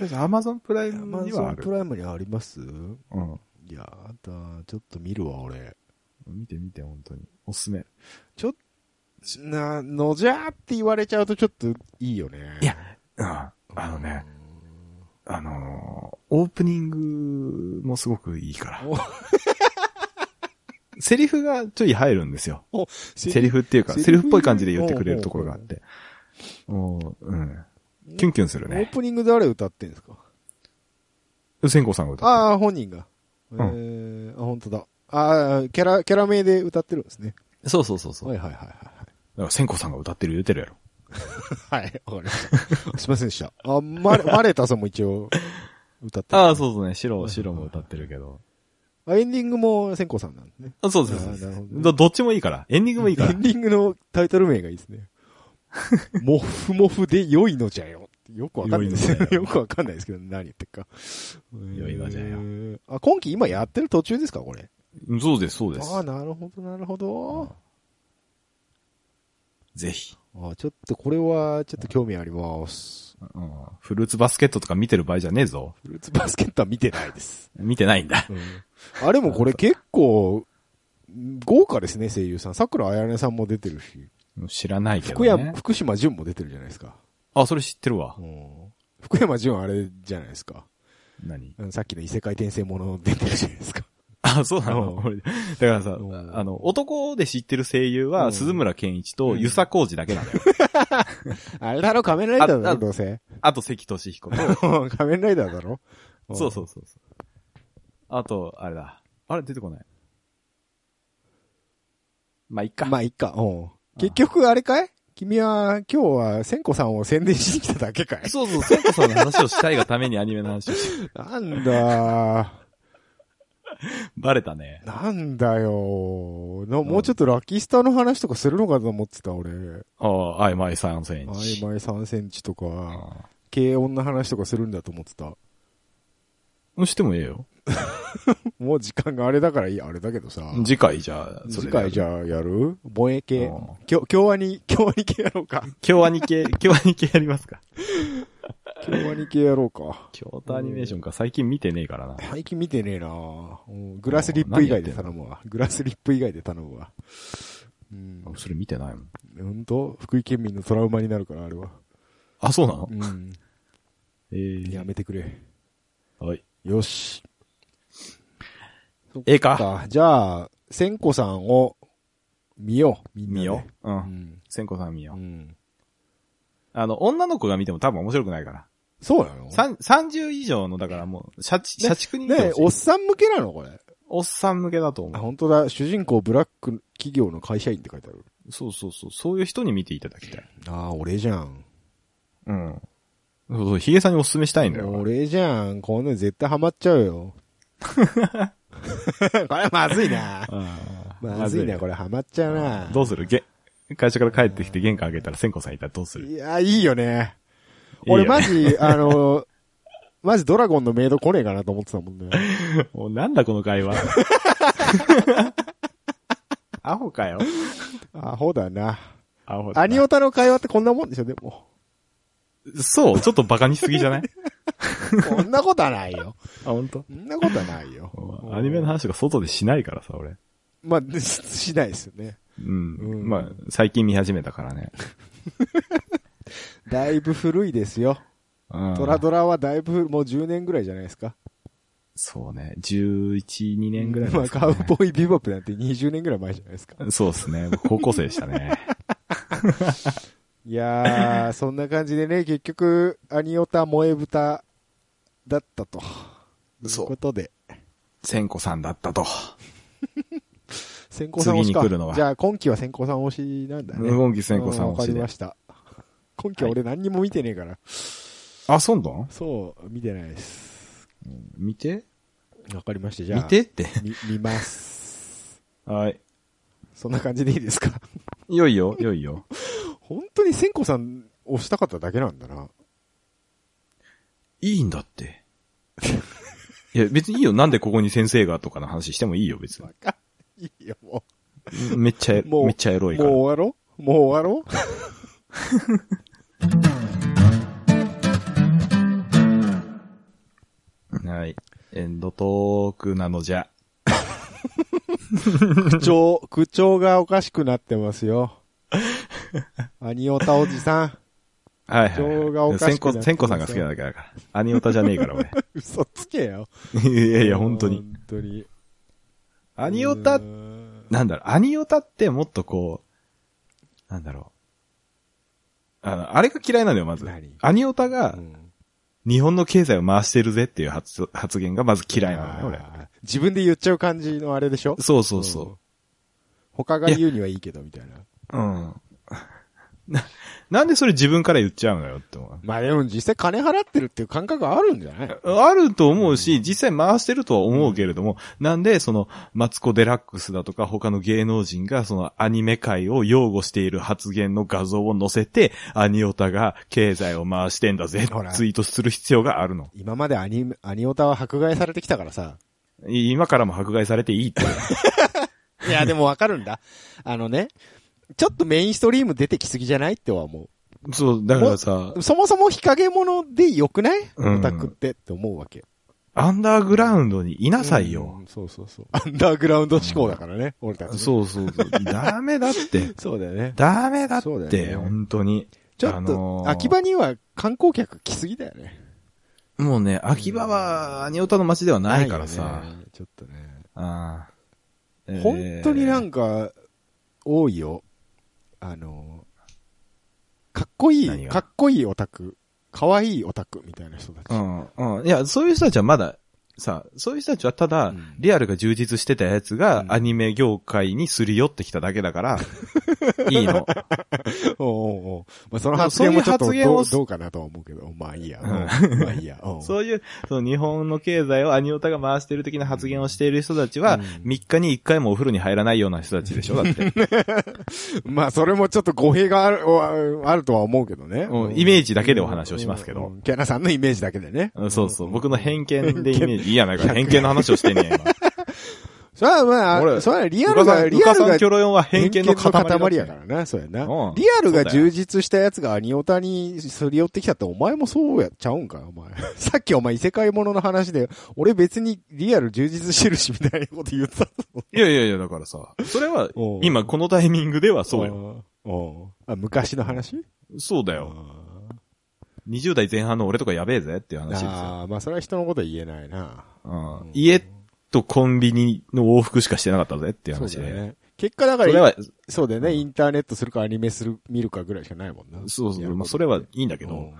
S2: あえず Amazon プライムにはあ
S1: Amazon
S2: る。
S1: プライムにあります
S2: うん。
S1: いやだ、ちょっと見るわ、俺。
S2: 見て見て、本当に。おすすめ。
S1: ちょっと、な、のじゃーって言われちゃうとちょっといいよね。
S2: いや、うん。あのね、あのーオープニングもすごくいいから
S1: お。
S2: [LAUGHS] セリフがちょい入るんですよ。
S1: お、
S2: セリフっていうか、
S1: セリフ
S2: セリフっぽい感じで言ってくれるところがあって。もう、うん。キュンキュンする
S1: オー
S2: ね。
S1: プニング誰歌ってんですか
S2: 千子さんが歌って
S1: ああ、本人が。
S2: うん
S1: えー、あ、本当だ。ああ、キャラ、キャラ名で歌ってるんですね。
S2: る。そうそうそう。そう
S1: はい
S2: だ
S1: はいはい
S2: から千子さんが歌ってる言うてるやろ。
S1: はい。はい、わかりました。すいませんでした。あ、マレ、マレタさんも一応、歌ってる。
S2: ああ、そうそうね。白、白も歌ってるけど。
S1: あエンディングも千子さんなんですね。
S2: あそう
S1: そ
S2: そうう
S1: そ
S2: そうう
S1: なるほどね
S2: ど。どっちもいいから。エンディングもいいか
S1: エ
S2: ら
S1: ン。ディングのタイトル名がいいです
S2: [LAUGHS]
S1: ね。もふもふで良いのじゃよ。よくわかんないです
S2: 良いの
S1: ね。
S2: じゃよ
S1: よくわかんないですけど、何言ってるか。
S2: 良いのじゃよ
S1: えー。あ、今期今やってる途中ですか、これ。
S2: そうです、そうです
S1: あ。あ、なるほど、なるほど。
S2: ぜひ。
S1: あちょっとこれは、ちょっと興味あります。
S2: うんフルーツバスケットとか見てる場合じゃねえぞ。
S1: フルーツバスケットは見てないです。
S2: 見てないんだ。
S1: あ、でもこれ結構、豪華ですね、声優さん。桜彩音さんも出てるし、
S2: 知らないけど、
S1: 福
S2: ね。
S1: 山、福島淳も出てるじゃないですか。
S2: あ、それ知ってるわ
S1: う。ん福山潤あれじゃないですか。
S2: 何
S1: うんさっきの異世界転生もの出てるじゃないですか。 [LAUGHS]
S2: あ、そうな
S1: う
S2: の
S1: ん
S2: 俺だからさ
S1: うん、
S2: あの、男で知ってる声優
S1: う
S2: は、
S1: ん
S2: 鈴村健一と
S1: うん
S2: 遊佐浩二だけなの [LAUGHS] よ。
S1: あれだろ、仮面ライダーだ
S2: あ
S1: ろ、
S2: あ
S1: どう
S2: [LAUGHS]
S1: せ。
S2: あと関俊彦と、
S1: 仮面ライダーだろ。
S2: そうそうそうそう。あと、あれだ。あれ出てこない。まあ、いっか。
S1: まあ、いっか。うん結局、あれかい君は、今日は、千子さんを宣伝しに来ただけかい
S2: そうそう、千子さんの話をしたいがためにアニメの話をし
S1: なんだ
S2: [LAUGHS] バレたね。
S1: なんだよなもうちょっとラッキースターの話とかするのかと思ってた、俺。
S2: ああ、あいまい3セン
S1: 曖
S2: チ。
S1: 昧3センチとか、
S2: あ
S1: 軽音の話とかするんだと思ってた。
S2: あしてもええよ。
S1: もう時間があれだからいい、あれだけどさ。
S2: 次回じゃあ、それ
S1: 次
S2: でやる
S1: 回じゃあやる萌え系
S2: うん。
S1: 今日、今日は [LAUGHS] に、今日はに系やろうか。
S2: 京アニ [LAUGHS] 系、京アニ系やりますか
S1: 今日はに系やろうか。
S2: 京都アニメーションか最近見てねえからな。
S1: 最近見てねえなうんグラスリップ以外で頼むわ。グラスリップ以外で頼むわ。うん。
S2: それ見てないもん。
S1: ほんと福井県民のトラウマになるから、あれは。
S2: あ、そうなの
S1: うん。
S2: ええ
S1: やめてくれ。
S2: はい。
S1: よし。
S2: ええか
S1: かじゃあ、千子さんを見よう、みんなで。
S2: 見よう。う。
S1: うんん。
S2: 千子さん見よ
S1: う
S2: う。
S1: ん。
S2: あの、女の子が見ても多分面白くないから。
S1: そうなの
S2: さん30以上の、だからもう、社畜、社畜に見て
S1: ねえ
S2: ほしい
S1: おっさん向けなのこれ。
S2: おっさん向けだと思
S1: あ、
S2: う。
S1: 本当だ。主人公ブラック企業の会社員って書いてある。
S2: そうそうそう。そういう人に見ていただきたい。
S1: ああ、俺じゃん。
S2: うん。そうそう、ヒゲさんにお勧めしたいんだよ。
S1: 俺じゃん。こんなの絶対ハマっちゃう [LAUGHS] よ。これはまずいな。まずいな、これハマっちゃうな。
S2: どうするげ、会社から帰ってきて玄関開けたら千子さんいたらどうする
S1: いや、いいよね。俺
S2: いいよ
S1: マ
S2: ね
S1: ジ、あの、マジドラゴンのメイド来ねえかなと思ってたもんね。 [LAUGHS]
S2: もうなんだこの会話。 [LAUGHS] アホかよ。
S1: アホだな。
S2: アホだな
S1: アニオタの会話ってこんなもんでしょ、で
S2: [LAUGHS]
S1: も。
S2: そう、ちょっとバカにしすぎじゃない
S1: こんなことはないよ。
S2: [LAUGHS] あ、本当。
S1: そんなことはないよ。
S2: [LAUGHS] アニメの話とか外でしないからさ、俺。
S1: まあ、でししないですよね。
S2: うん。
S1: うん
S2: まあ、最近見始めたからね。
S1: だいぶ古いですよ。
S2: うん
S1: トラドラはだいぶ古い、もう10年ぐらいじゃないですか。
S2: そうね。11、2年ぐらい
S1: ま
S2: で
S1: あ、
S2: すか
S1: カ
S2: ね
S1: ウボーイビボップなんて20年ぐらい前じゃないですか。
S2: そうですね。僕高校生でしたね。
S1: いやー、そんな感じで
S2: [LAUGHS]
S1: ね、結局、アニオタ萌え豚だったと。
S2: そう
S1: いうことで。
S2: [LAUGHS] 千子さんだったと。
S1: 先行さん推しか。
S2: 次に来るのは
S1: じゃあ、今期は先行さん推しなんだね。
S2: 今期千子さん
S1: うんわか
S2: 推し
S1: り
S2: で
S1: ま。した。今期は俺何にも見てねえから。
S2: あ、そうなん
S1: そう、見てないです。
S2: 見て
S1: わかりました、じゃあ。
S2: 見てって。
S1: み見ます。
S2: はい。
S1: そんな感じでいいですか
S2: いよいよ、いよいよ。
S1: [LAUGHS] 本当に先行さん押したかっただけなんだな。
S2: いいんだって。いや、別にいいよ。なんでここに先生がとかの話してもいいよ、別に。
S1: かいいよ、も
S2: めっちゃエ、
S1: う。もう
S2: めっちゃエロいから
S1: もう。終わろうもう終わろう
S2: はい。エンドトークなのじゃ。
S1: 口調、 [LAUGHS] 口調がおかしくなってますよ。アニオタおじさん。
S2: はい
S1: 口
S2: はい、
S1: 調が
S2: は
S1: お
S2: い。
S1: かし
S2: 千
S1: くなっ
S2: 子、
S1: てます
S2: 千子さんが好きなだけだから。アニオタじゃね
S1: [LAUGHS]
S2: えから、俺。
S1: 嘘つけよ。
S2: いやいや、本当に。
S1: 本当に。
S2: アニオタ
S1: うー、ん
S2: なんだろう、アニオタってもっとこう、なんだろう。あの、あれが嫌いなのよ、まず
S1: 何。
S2: アニオタが
S1: う、ん
S2: 日本の経済を回してるぜっていう発発言がまず嫌いなのね、俺。
S1: あー自分で言っちゃう感じのあれでしょ
S2: そうそうそ
S1: 他が言うにはいいけど、みたいな。
S2: う。うん。 [LAUGHS] な、 [LAUGHS] なんでそれ自分から言っちゃうのよって思う。
S1: まあでも実際金払ってるっていう感覚あるんじゃない
S2: あると思うし、実際回してるとは思うけれども、なんでその、マツコ・デラックスだとか他の芸能人がそのアニメ界を擁護している発言の画像を載せて、アニオタが経済を回してんだぜ
S1: ほら、
S2: ツイートする必要があるの。
S1: 今までアニメ、アニオタは迫害されてきたからさ。
S2: い今からも迫害されていいって。
S1: [LAUGHS] いや、でもわかるんだ。あのね、ちょっとメインストリーム出てきすぎじゃないっては思
S2: [LAUGHS] そう、だからさ
S1: う。、そもそも日陰者で良くない
S2: うん
S1: オタクってって思うわけ。
S2: アンダーグラウンドにいなさいよ
S1: う。ん。そうそうそう。アンダーグラウンド思考だからね、俺たちね。
S2: そうそうそう。ダメだ [LAUGHS] って。
S1: そうだよね。
S2: ダメだっ
S1: そうだよ
S2: て、
S1: ね
S2: 本当に。
S1: ちょ
S2: あ
S1: っ
S2: の
S1: と、
S2: ー
S1: 秋葉には観光客来すぎだよね。
S2: もうね、秋葉は、アニオタの街ではないからさ
S1: な。いよね。ちょっとね。
S2: ああ。
S1: 本当にな
S2: か、
S1: んか、多いよ。あの、かっこい
S2: 何
S1: い、
S2: が
S1: かっこいいオタク、かわいいオタクみたいな人たち。
S2: うん、うん。いや、そういう人たちはまだ、さ、そういう人たちはただ、
S1: うん
S2: リアルが充実してたやつが、
S1: うん
S2: アニメ業界にすり寄ってきただけ
S1: [LAUGHS]
S2: だから、いいの。
S1: おうおうおうまあ、その発言もちょっと
S2: そういう発言
S1: ど
S2: を
S1: うどうかなとは思うけど、まあいいや。
S2: うん
S1: うんまあいいや。うん
S2: [LAUGHS] そういう、その日本の経済をアニオタが回してる的な発言をしている人たちは、
S1: うん
S2: 3日に1回もお風呂に入らないような人たちでしょ
S1: [LAUGHS]
S2: だって。
S1: まあそれもちょっと語弊があるおあるとは思うけどね。
S2: うんイメージだけでお話をしますけど
S1: うん。うんキャナさんのイメージだけでね。
S2: うんそうそう。僕の偏見でイメージ。いいやないか。偏見の話をしてんねや、今。
S1: それはま
S2: 俺
S1: あ、それはリア
S2: う
S1: ル
S2: かさ
S1: が、
S2: ん、
S1: リアル
S2: うかさ
S1: が
S2: んキョロヨンは偏見の塊だ
S1: 偏見の塊やからな、そうやな。
S2: うん
S1: リアルが充実したやつがアニオタにすり寄ってきたって、お前もそうやっちゃうんか、お前。 [LAUGHS] さっきお前異世界ものの話で、俺別にリアル充実してるし、みたいなこと言ってたぞ。
S2: いやいやいや、だからさ、それは
S1: おう、
S2: 今このタイミングではそうよ。
S1: よ。うんあ、昔の話
S2: そうだ
S1: あ
S2: よ。20代前半の俺とかやべえぜっていう話ですよ。
S1: あー、まあそれは人のことは言えないな。
S2: うん家とコンビニの往復しかしてなかったぜっていう
S1: そう
S2: 話
S1: だよ
S2: で。
S1: ね。結果だ
S2: そ
S1: か
S2: れは
S1: ら、、そうだよね、インターネットするかアニメする、見るかぐらいしかないもんな。
S2: そうそ
S1: や
S2: う、
S1: る
S2: まあ
S1: こと
S2: それはいいんだけ
S1: うん
S2: ど、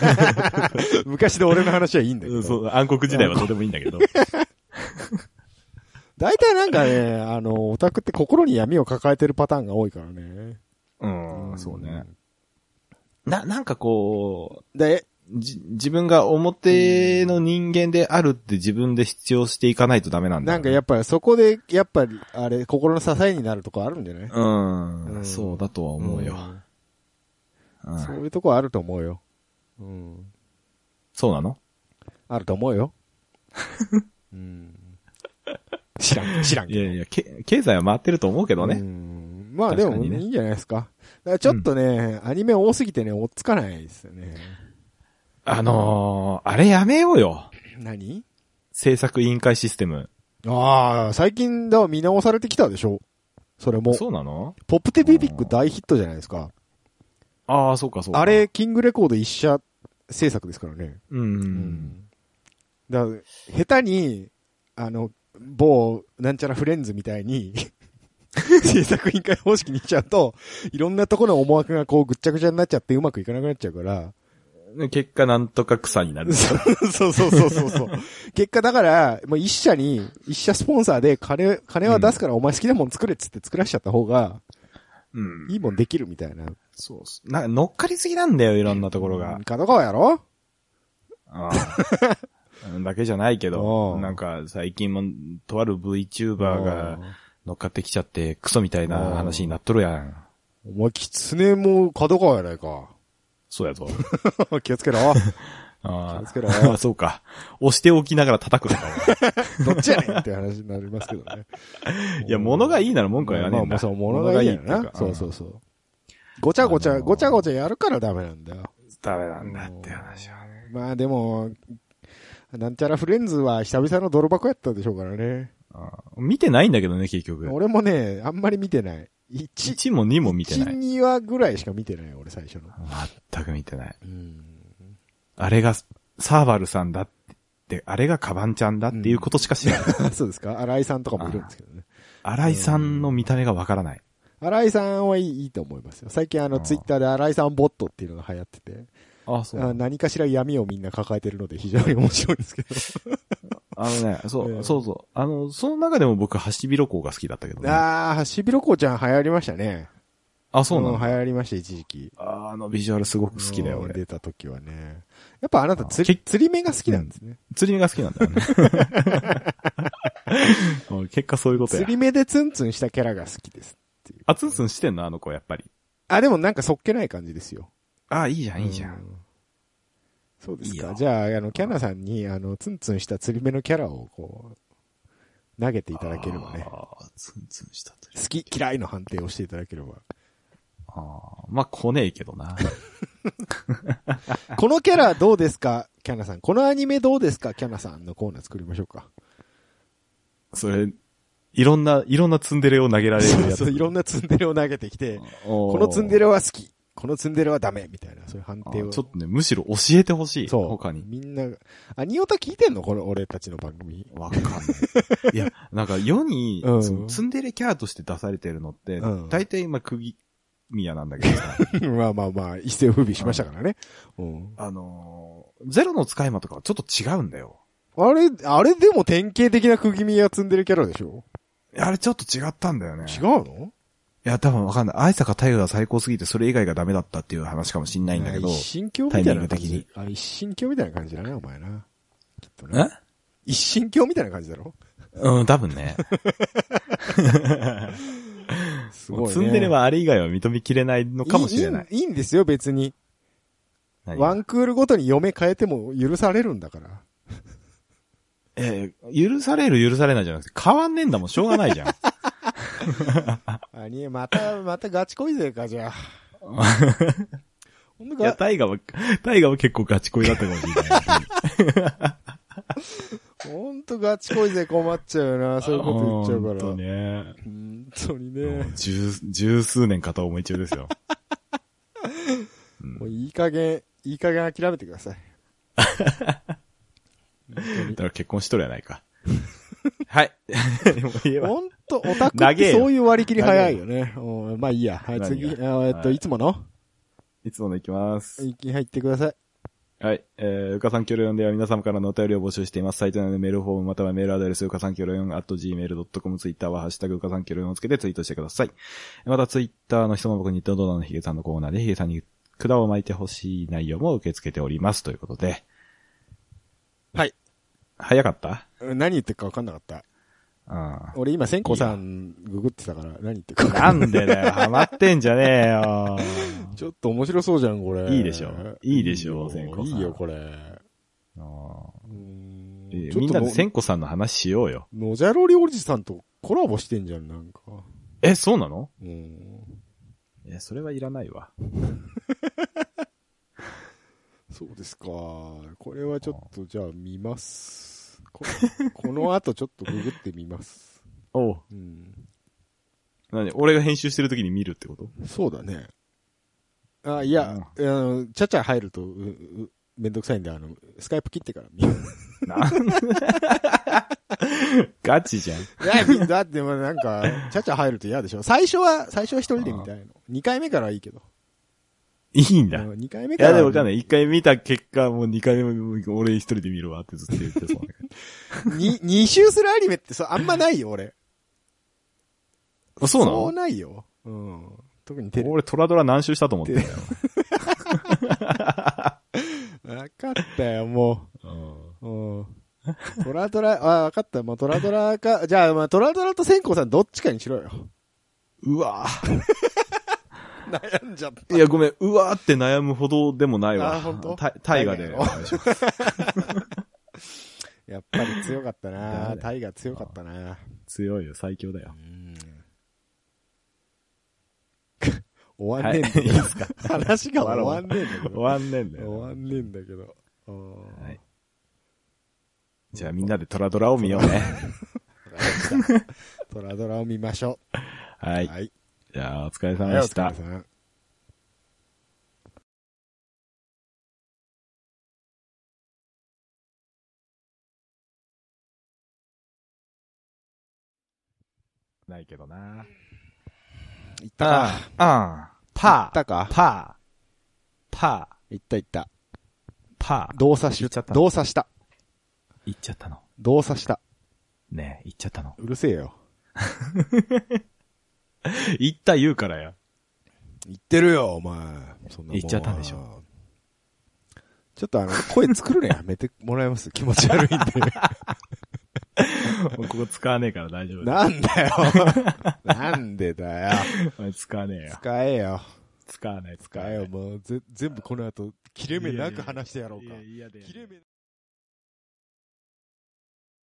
S1: [LAUGHS] 昔の俺の話はいいんだけ
S2: うん
S1: ど。
S2: そう、暗黒時代はとてもいいんだけど、
S1: 大体なんか
S2: [LAUGHS]
S1: ね、あの、オタクって心に闇を抱えてるパターンが多いからね。
S2: うん、そうね。。な、なんかこ
S1: で、
S2: う、じ、自分が表の人間であるって自分で必要していかないとダメなんだ。
S1: なんかやっぱりそこで、やっぱり、あれ、心の支えになるとこあるんじゃない
S2: うん、
S1: うん
S2: そうだとは思うよ。うん
S1: そういうとこあると思うよ。うん。
S2: そうなの
S1: あると思う
S2: [LAUGHS]
S1: よ。うん。知らん、知らんけ
S2: い
S1: ど。
S2: やいや、け経済は回ってると思うけど
S1: う
S2: ね。
S1: んまあで
S2: 確
S1: も、
S2: かにね
S1: いいんじゃないですか。だからちょっとね、アニメ多すぎてね、追っつかないですよね。
S2: あのー、あれやめようよ。
S1: 何
S2: 制作委員会システム。
S1: ああ、最近だ、見直されてきたでしょ。それも。
S2: そうなの
S1: ポップテピピック大ヒットじゃないですか。
S2: ああ、そうかそうか。
S1: あれ、キングレコード一社制作ですからね。
S2: うん。
S1: だから下手に、あの、某、なんちゃらフレンズみたいに、制作委員会方式にしちゃうと、いろんなところの思惑がこうぐっちゃぐちゃになっちゃってうまくいかなくなっちゃうから、
S2: で結果なんとか草になる。
S1: そうそうそうそうそう。 [LAUGHS] 結果だから、もう一社に、一社スポンサーで金、金は出すからお前好きなもん作れっつって作らしちゃった方が、
S2: うん。
S1: いいもんできるみたいな。
S2: そうっすな、乗っかりすぎなんだよ、いろんなところが。
S1: 角川やろ
S2: ああ [LAUGHS] だけじゃないけ
S1: う
S2: ど、
S1: ん
S2: なんか最近も、とある VTuber が乗っかってきちゃって、クソみたいな話になっとるやん。
S1: お前、キツネも角川やないか。 [LAUGHS]
S2: そうやぞ。
S1: 気を
S2: [LAUGHS]
S1: つけろ。
S2: あ
S1: 気をつけろ
S2: あ。 [LAUGHS] そうか。押しておきながら叩くん
S1: [LAUGHS]
S2: だよ。
S1: どっちやねんって話になりますけどね。
S2: [LAUGHS] いや、物がいいなら文句はや
S1: まあ
S2: ねえん
S1: まあま
S2: だ。
S1: あ、そう、物がいいや
S2: 物がって
S1: な
S2: う。か
S1: そうそうそう。ごちゃごち
S2: あ
S1: ゃ、
S2: のー
S1: ごちゃごちゃやるからダメなんだよ。
S2: ダメなんだって話はね。
S1: まあでも、なんちゃらフレンズは久々の泥箱やったでしょうからね。
S2: うん見てないんだけどね、結局。
S1: 俺もね、あんまり見てない。1、
S2: 1も2も見てな
S1: 1、
S2: い。
S1: 2話ぐらいしか見てない、俺最初の。
S2: 全く見てない。 [LAUGHS]
S1: うん。 [LAUGHS]
S2: あれが、サーバルさんだって、あれがカバンちゃんだっていうことしか知らない。
S1: そうですか新井さんとかもいるんですけどね。
S2: 新井さんの見た目がわからない。
S1: 新井さんはいいいいと思いますよ。最近あの、
S2: あー
S1: ツイッターで新井さんボットっていうのが流行ってて、
S2: あ、
S1: あ何かしら闇をみんな抱えてるので非常に面白いんですけど。
S2: あのね、そ
S1: ええ
S2: う、そうそう。あの、その中でも僕、ハシビロコウが好きだったけどね。あ、
S1: [LAUGHS] ああ、しびろこちゃん流行りましたね。
S2: そうなん
S1: ん
S2: だ。
S1: 流行りました、一時期。
S2: ああのビジュアルすごく好きだよ、
S1: うん
S2: 俺。
S1: 出た時はね。やっぱあなた釣
S2: あ
S1: り、
S2: け
S1: 釣り目が好きなんですね。
S2: 釣り目が好きなんだよね。
S1: [LAUGHS]
S2: もう結果そういうこと
S1: 釣
S2: や。
S1: り目でツンツンしたキャラが好きです。
S2: あ、ツンツンしてんのあの子、やっぱり。
S1: あ、でもなんかそっけない感じですよ。
S2: ああ、いいじゃん、いいじゃ。
S1: うんそうです
S2: いい
S1: か。
S2: よ
S1: じゃあ、あの、キャナさんに、あの、ツンツンした釣り目のキャラを、こう、投げていただければね。
S2: ああ、ツンツンした釣り。
S1: 好き、嫌いの判定をしていただければ。
S2: ああ、まあ、来ねえけどな。 [LAUGHS]
S1: このキャラどうですか、キャナさん。このアニメどうですか、キャナさんのコーナー作りましょうか。
S2: それ、いろんな、いろんなツンデレを投げられるや
S1: そう [LAUGHS] そ
S2: つ。
S1: う、いろんなツンデレを投げてきて、
S2: こ
S1: このツンデレは好き、このツンデレはダメ、みたいな、そういう判定を。
S2: ちょっとね、むしろ教えてほしい。
S1: そう。
S2: 他に。
S1: みんな、アニオタ聞いてんのこの俺たちの番組。 [LAUGHS]
S2: わかんない。いや、なんか世に、
S1: うん
S2: そのツンデレキャラとして出されてるのって、
S1: うん
S2: 大体今、釘宮なんだけど [LAUGHS] さ、
S1: まあまあまあ、一世を風靡しましたからね。うん。
S2: あのーゼロの使い魔とかはちょっと違うんだよ。
S1: あれ、あれでも典型的な釘宮ツンデレキャラでしょ
S2: あれちょっと違ったんだよね。
S1: 違
S2: いう
S1: の
S2: や、多分わかんない。愛坂太陽が最高すぎて、それ以外がダメだったっていう話かもしんないんだけど。
S1: 一神教みたいな感
S2: タイミング
S1: じ。あ、一神教みたいな感じだね、お前な。きっと
S2: え
S1: ね。一神教みたいな感じだろ
S2: うん、多分 [LAUGHS] ね。
S1: すごい、ね。
S2: ツンデレはあれ以外は認めきれないのかもしれない。
S1: いいんいいんですよ、別に。
S2: 何が
S1: ワンクールごとに嫁変えても許されるんだから。
S2: えー許される許されないじゃなくて、変わんねえんだもん、しょうが [LAUGHS] ないじゃん。
S1: あにまた、またガチ恋勢か、じ
S2: [LAUGHS]
S1: ゃあ。ほんと
S2: いや、
S1: が、
S2: タイガは、タイガは結構ガチ恋だったかもしれない。
S1: ほんとガチ恋勢困っちゃうよな、そういうこと言っちゃうから。
S2: 本当ね。
S1: 本当に
S2: もう
S1: ね。
S2: 十、十数年片思い
S1: [LAUGHS]
S2: 中ですよ。
S1: もういい加減、いい加減諦めてください。 [LAUGHS]
S2: だから結婚しとるやないか。はい。でも言えば
S1: 本当オタクっ
S2: 長え
S1: て
S2: よ
S1: そういう割り切り早いよね。うんまあいいや。はい、
S2: 何
S1: 次、
S2: が
S1: えーっと、
S2: はい
S1: いつもの
S2: いつものいきます。
S1: い入ってください。
S2: はい。えー、うかさんきょろよんでは皆様からのお便りを募集しています。サイト内のメールフォームまたはメールアドレス、うかさんきょろよん at gmail.com、ツイッターはハッシュタグうかさんきょろよんをつけてツイートしてください。またツイッターの質問僕にドドナのヒゲさんのコーナーでヒゲさんに管を巻いてほしい内容も受け付けております。ということで。
S1: はい。
S2: 早かった
S1: うん何言ってるか分かんなかった。
S2: う
S1: 俺今、千子さんググってたから、何言ってる
S2: ん。
S1: か。
S2: なんでだよ。ハマってんじゃねえよ。
S1: [LAUGHS] ちょっと面白そうじゃん、これ。
S2: いいでしょいいでしょ
S1: いいよ
S2: 千子さん
S1: いいよ、これ。
S2: うん
S1: うん
S2: え
S1: ちょっと
S2: みんなで
S1: の
S2: 千子さんの話しようよ。
S1: のじゃろりおじさんとコラボしてんじゃん、なんか。
S2: え、そうなの
S1: うん。
S2: え、それはいらないわ。
S1: そうですか。これはちょっと、じゃあ見ます。こ [LAUGHS] この後ちょっとググってみます。
S2: おう。
S1: うん。
S2: 何俺が編集してる時に見るってこと
S1: そうだね。あ、いや、あの、ちゃちゃ入ると、ううめんどくさいんで、あの、スカイプ切ってから見る。
S2: なん [LAUGHS] ガチじゃ
S1: い
S2: ん。
S1: や、みだって、まあなんか、ちゃちゃ入ると嫌でしょ。最初は、最初は一人で見たいの。二回目からはいいけど。
S2: いいんだ。い
S1: うん二回目から。
S2: や、でもわかんない。一回見た結果、もう二回目も俺一人で見るわってずっと言ってそうな感じ
S1: に二周するアニメってそう、あんまないよ、俺。
S2: あそうな
S1: そ
S2: の
S1: うないよ。うん。特にテレビ。
S2: 俺トラドラ何周したと思ってたよ。
S1: わかったよ、もう。
S2: うん
S1: うん。トラドラ、あ、わかった。まあ、トラドラか、じゃあ、まあ、トラドラと千光さんどっちかにしろよ。
S2: うわぁ。
S1: 悩んじゃっ
S2: いや、ごめん。うわーって悩むほどでもない
S1: あ
S2: わ
S1: ほんと。
S2: た大河でお願いします。
S1: やっぱり強かった
S2: だ
S1: な
S2: ね
S1: タイガ強かったな
S2: 強いよ、最強だよ
S1: う。ん。終わんねえんだけど、話が終わんねえんだけ
S2: 終
S1: ど。
S2: わんねえんだ
S1: 終
S2: よ。
S1: わんねえんだけど。うん
S2: はい。じゃあみんなでトラドラを見ようね。
S1: わかりましたトラドラを見ましょ
S2: は
S1: う。[LAUGHS]
S2: い。
S1: はい。
S2: じゃあお疲れ様
S1: はい、
S2: で
S1: お
S2: し
S1: 疲
S2: た
S1: れ。様。
S2: ないけどな。
S1: 行ったか。
S2: ああ、パー。
S1: 行ったか
S2: パー。パー。
S1: 行った行った。
S2: パー。
S1: 動作
S2: 行っ
S1: し
S2: ちゃった、の
S1: 動作した。
S2: 行っちゃったの。
S1: 動作した。
S2: ねえ、行っちゃったの。
S1: うるせえよ。
S2: 行った言うからや。
S1: 言ってるよ、お前。そんなもんは
S2: 言っちゃったんでしょ。
S1: ちょっとあの、声作るのやめてもらえ [LAUGHS] ます気持ち悪いんで。
S2: ここ使わねえから大丈夫
S1: な
S2: だ
S1: んだよ。 [LAUGHS] なんでだ [LAUGHS] よ。
S2: お前使わねえよ。
S1: 使えよ。
S2: 使わない、使
S1: 使えよ、。もう、ぜ、全部この後、切れ目なく話してやろうか。
S2: いやいや嫌でやね
S1: 切れ目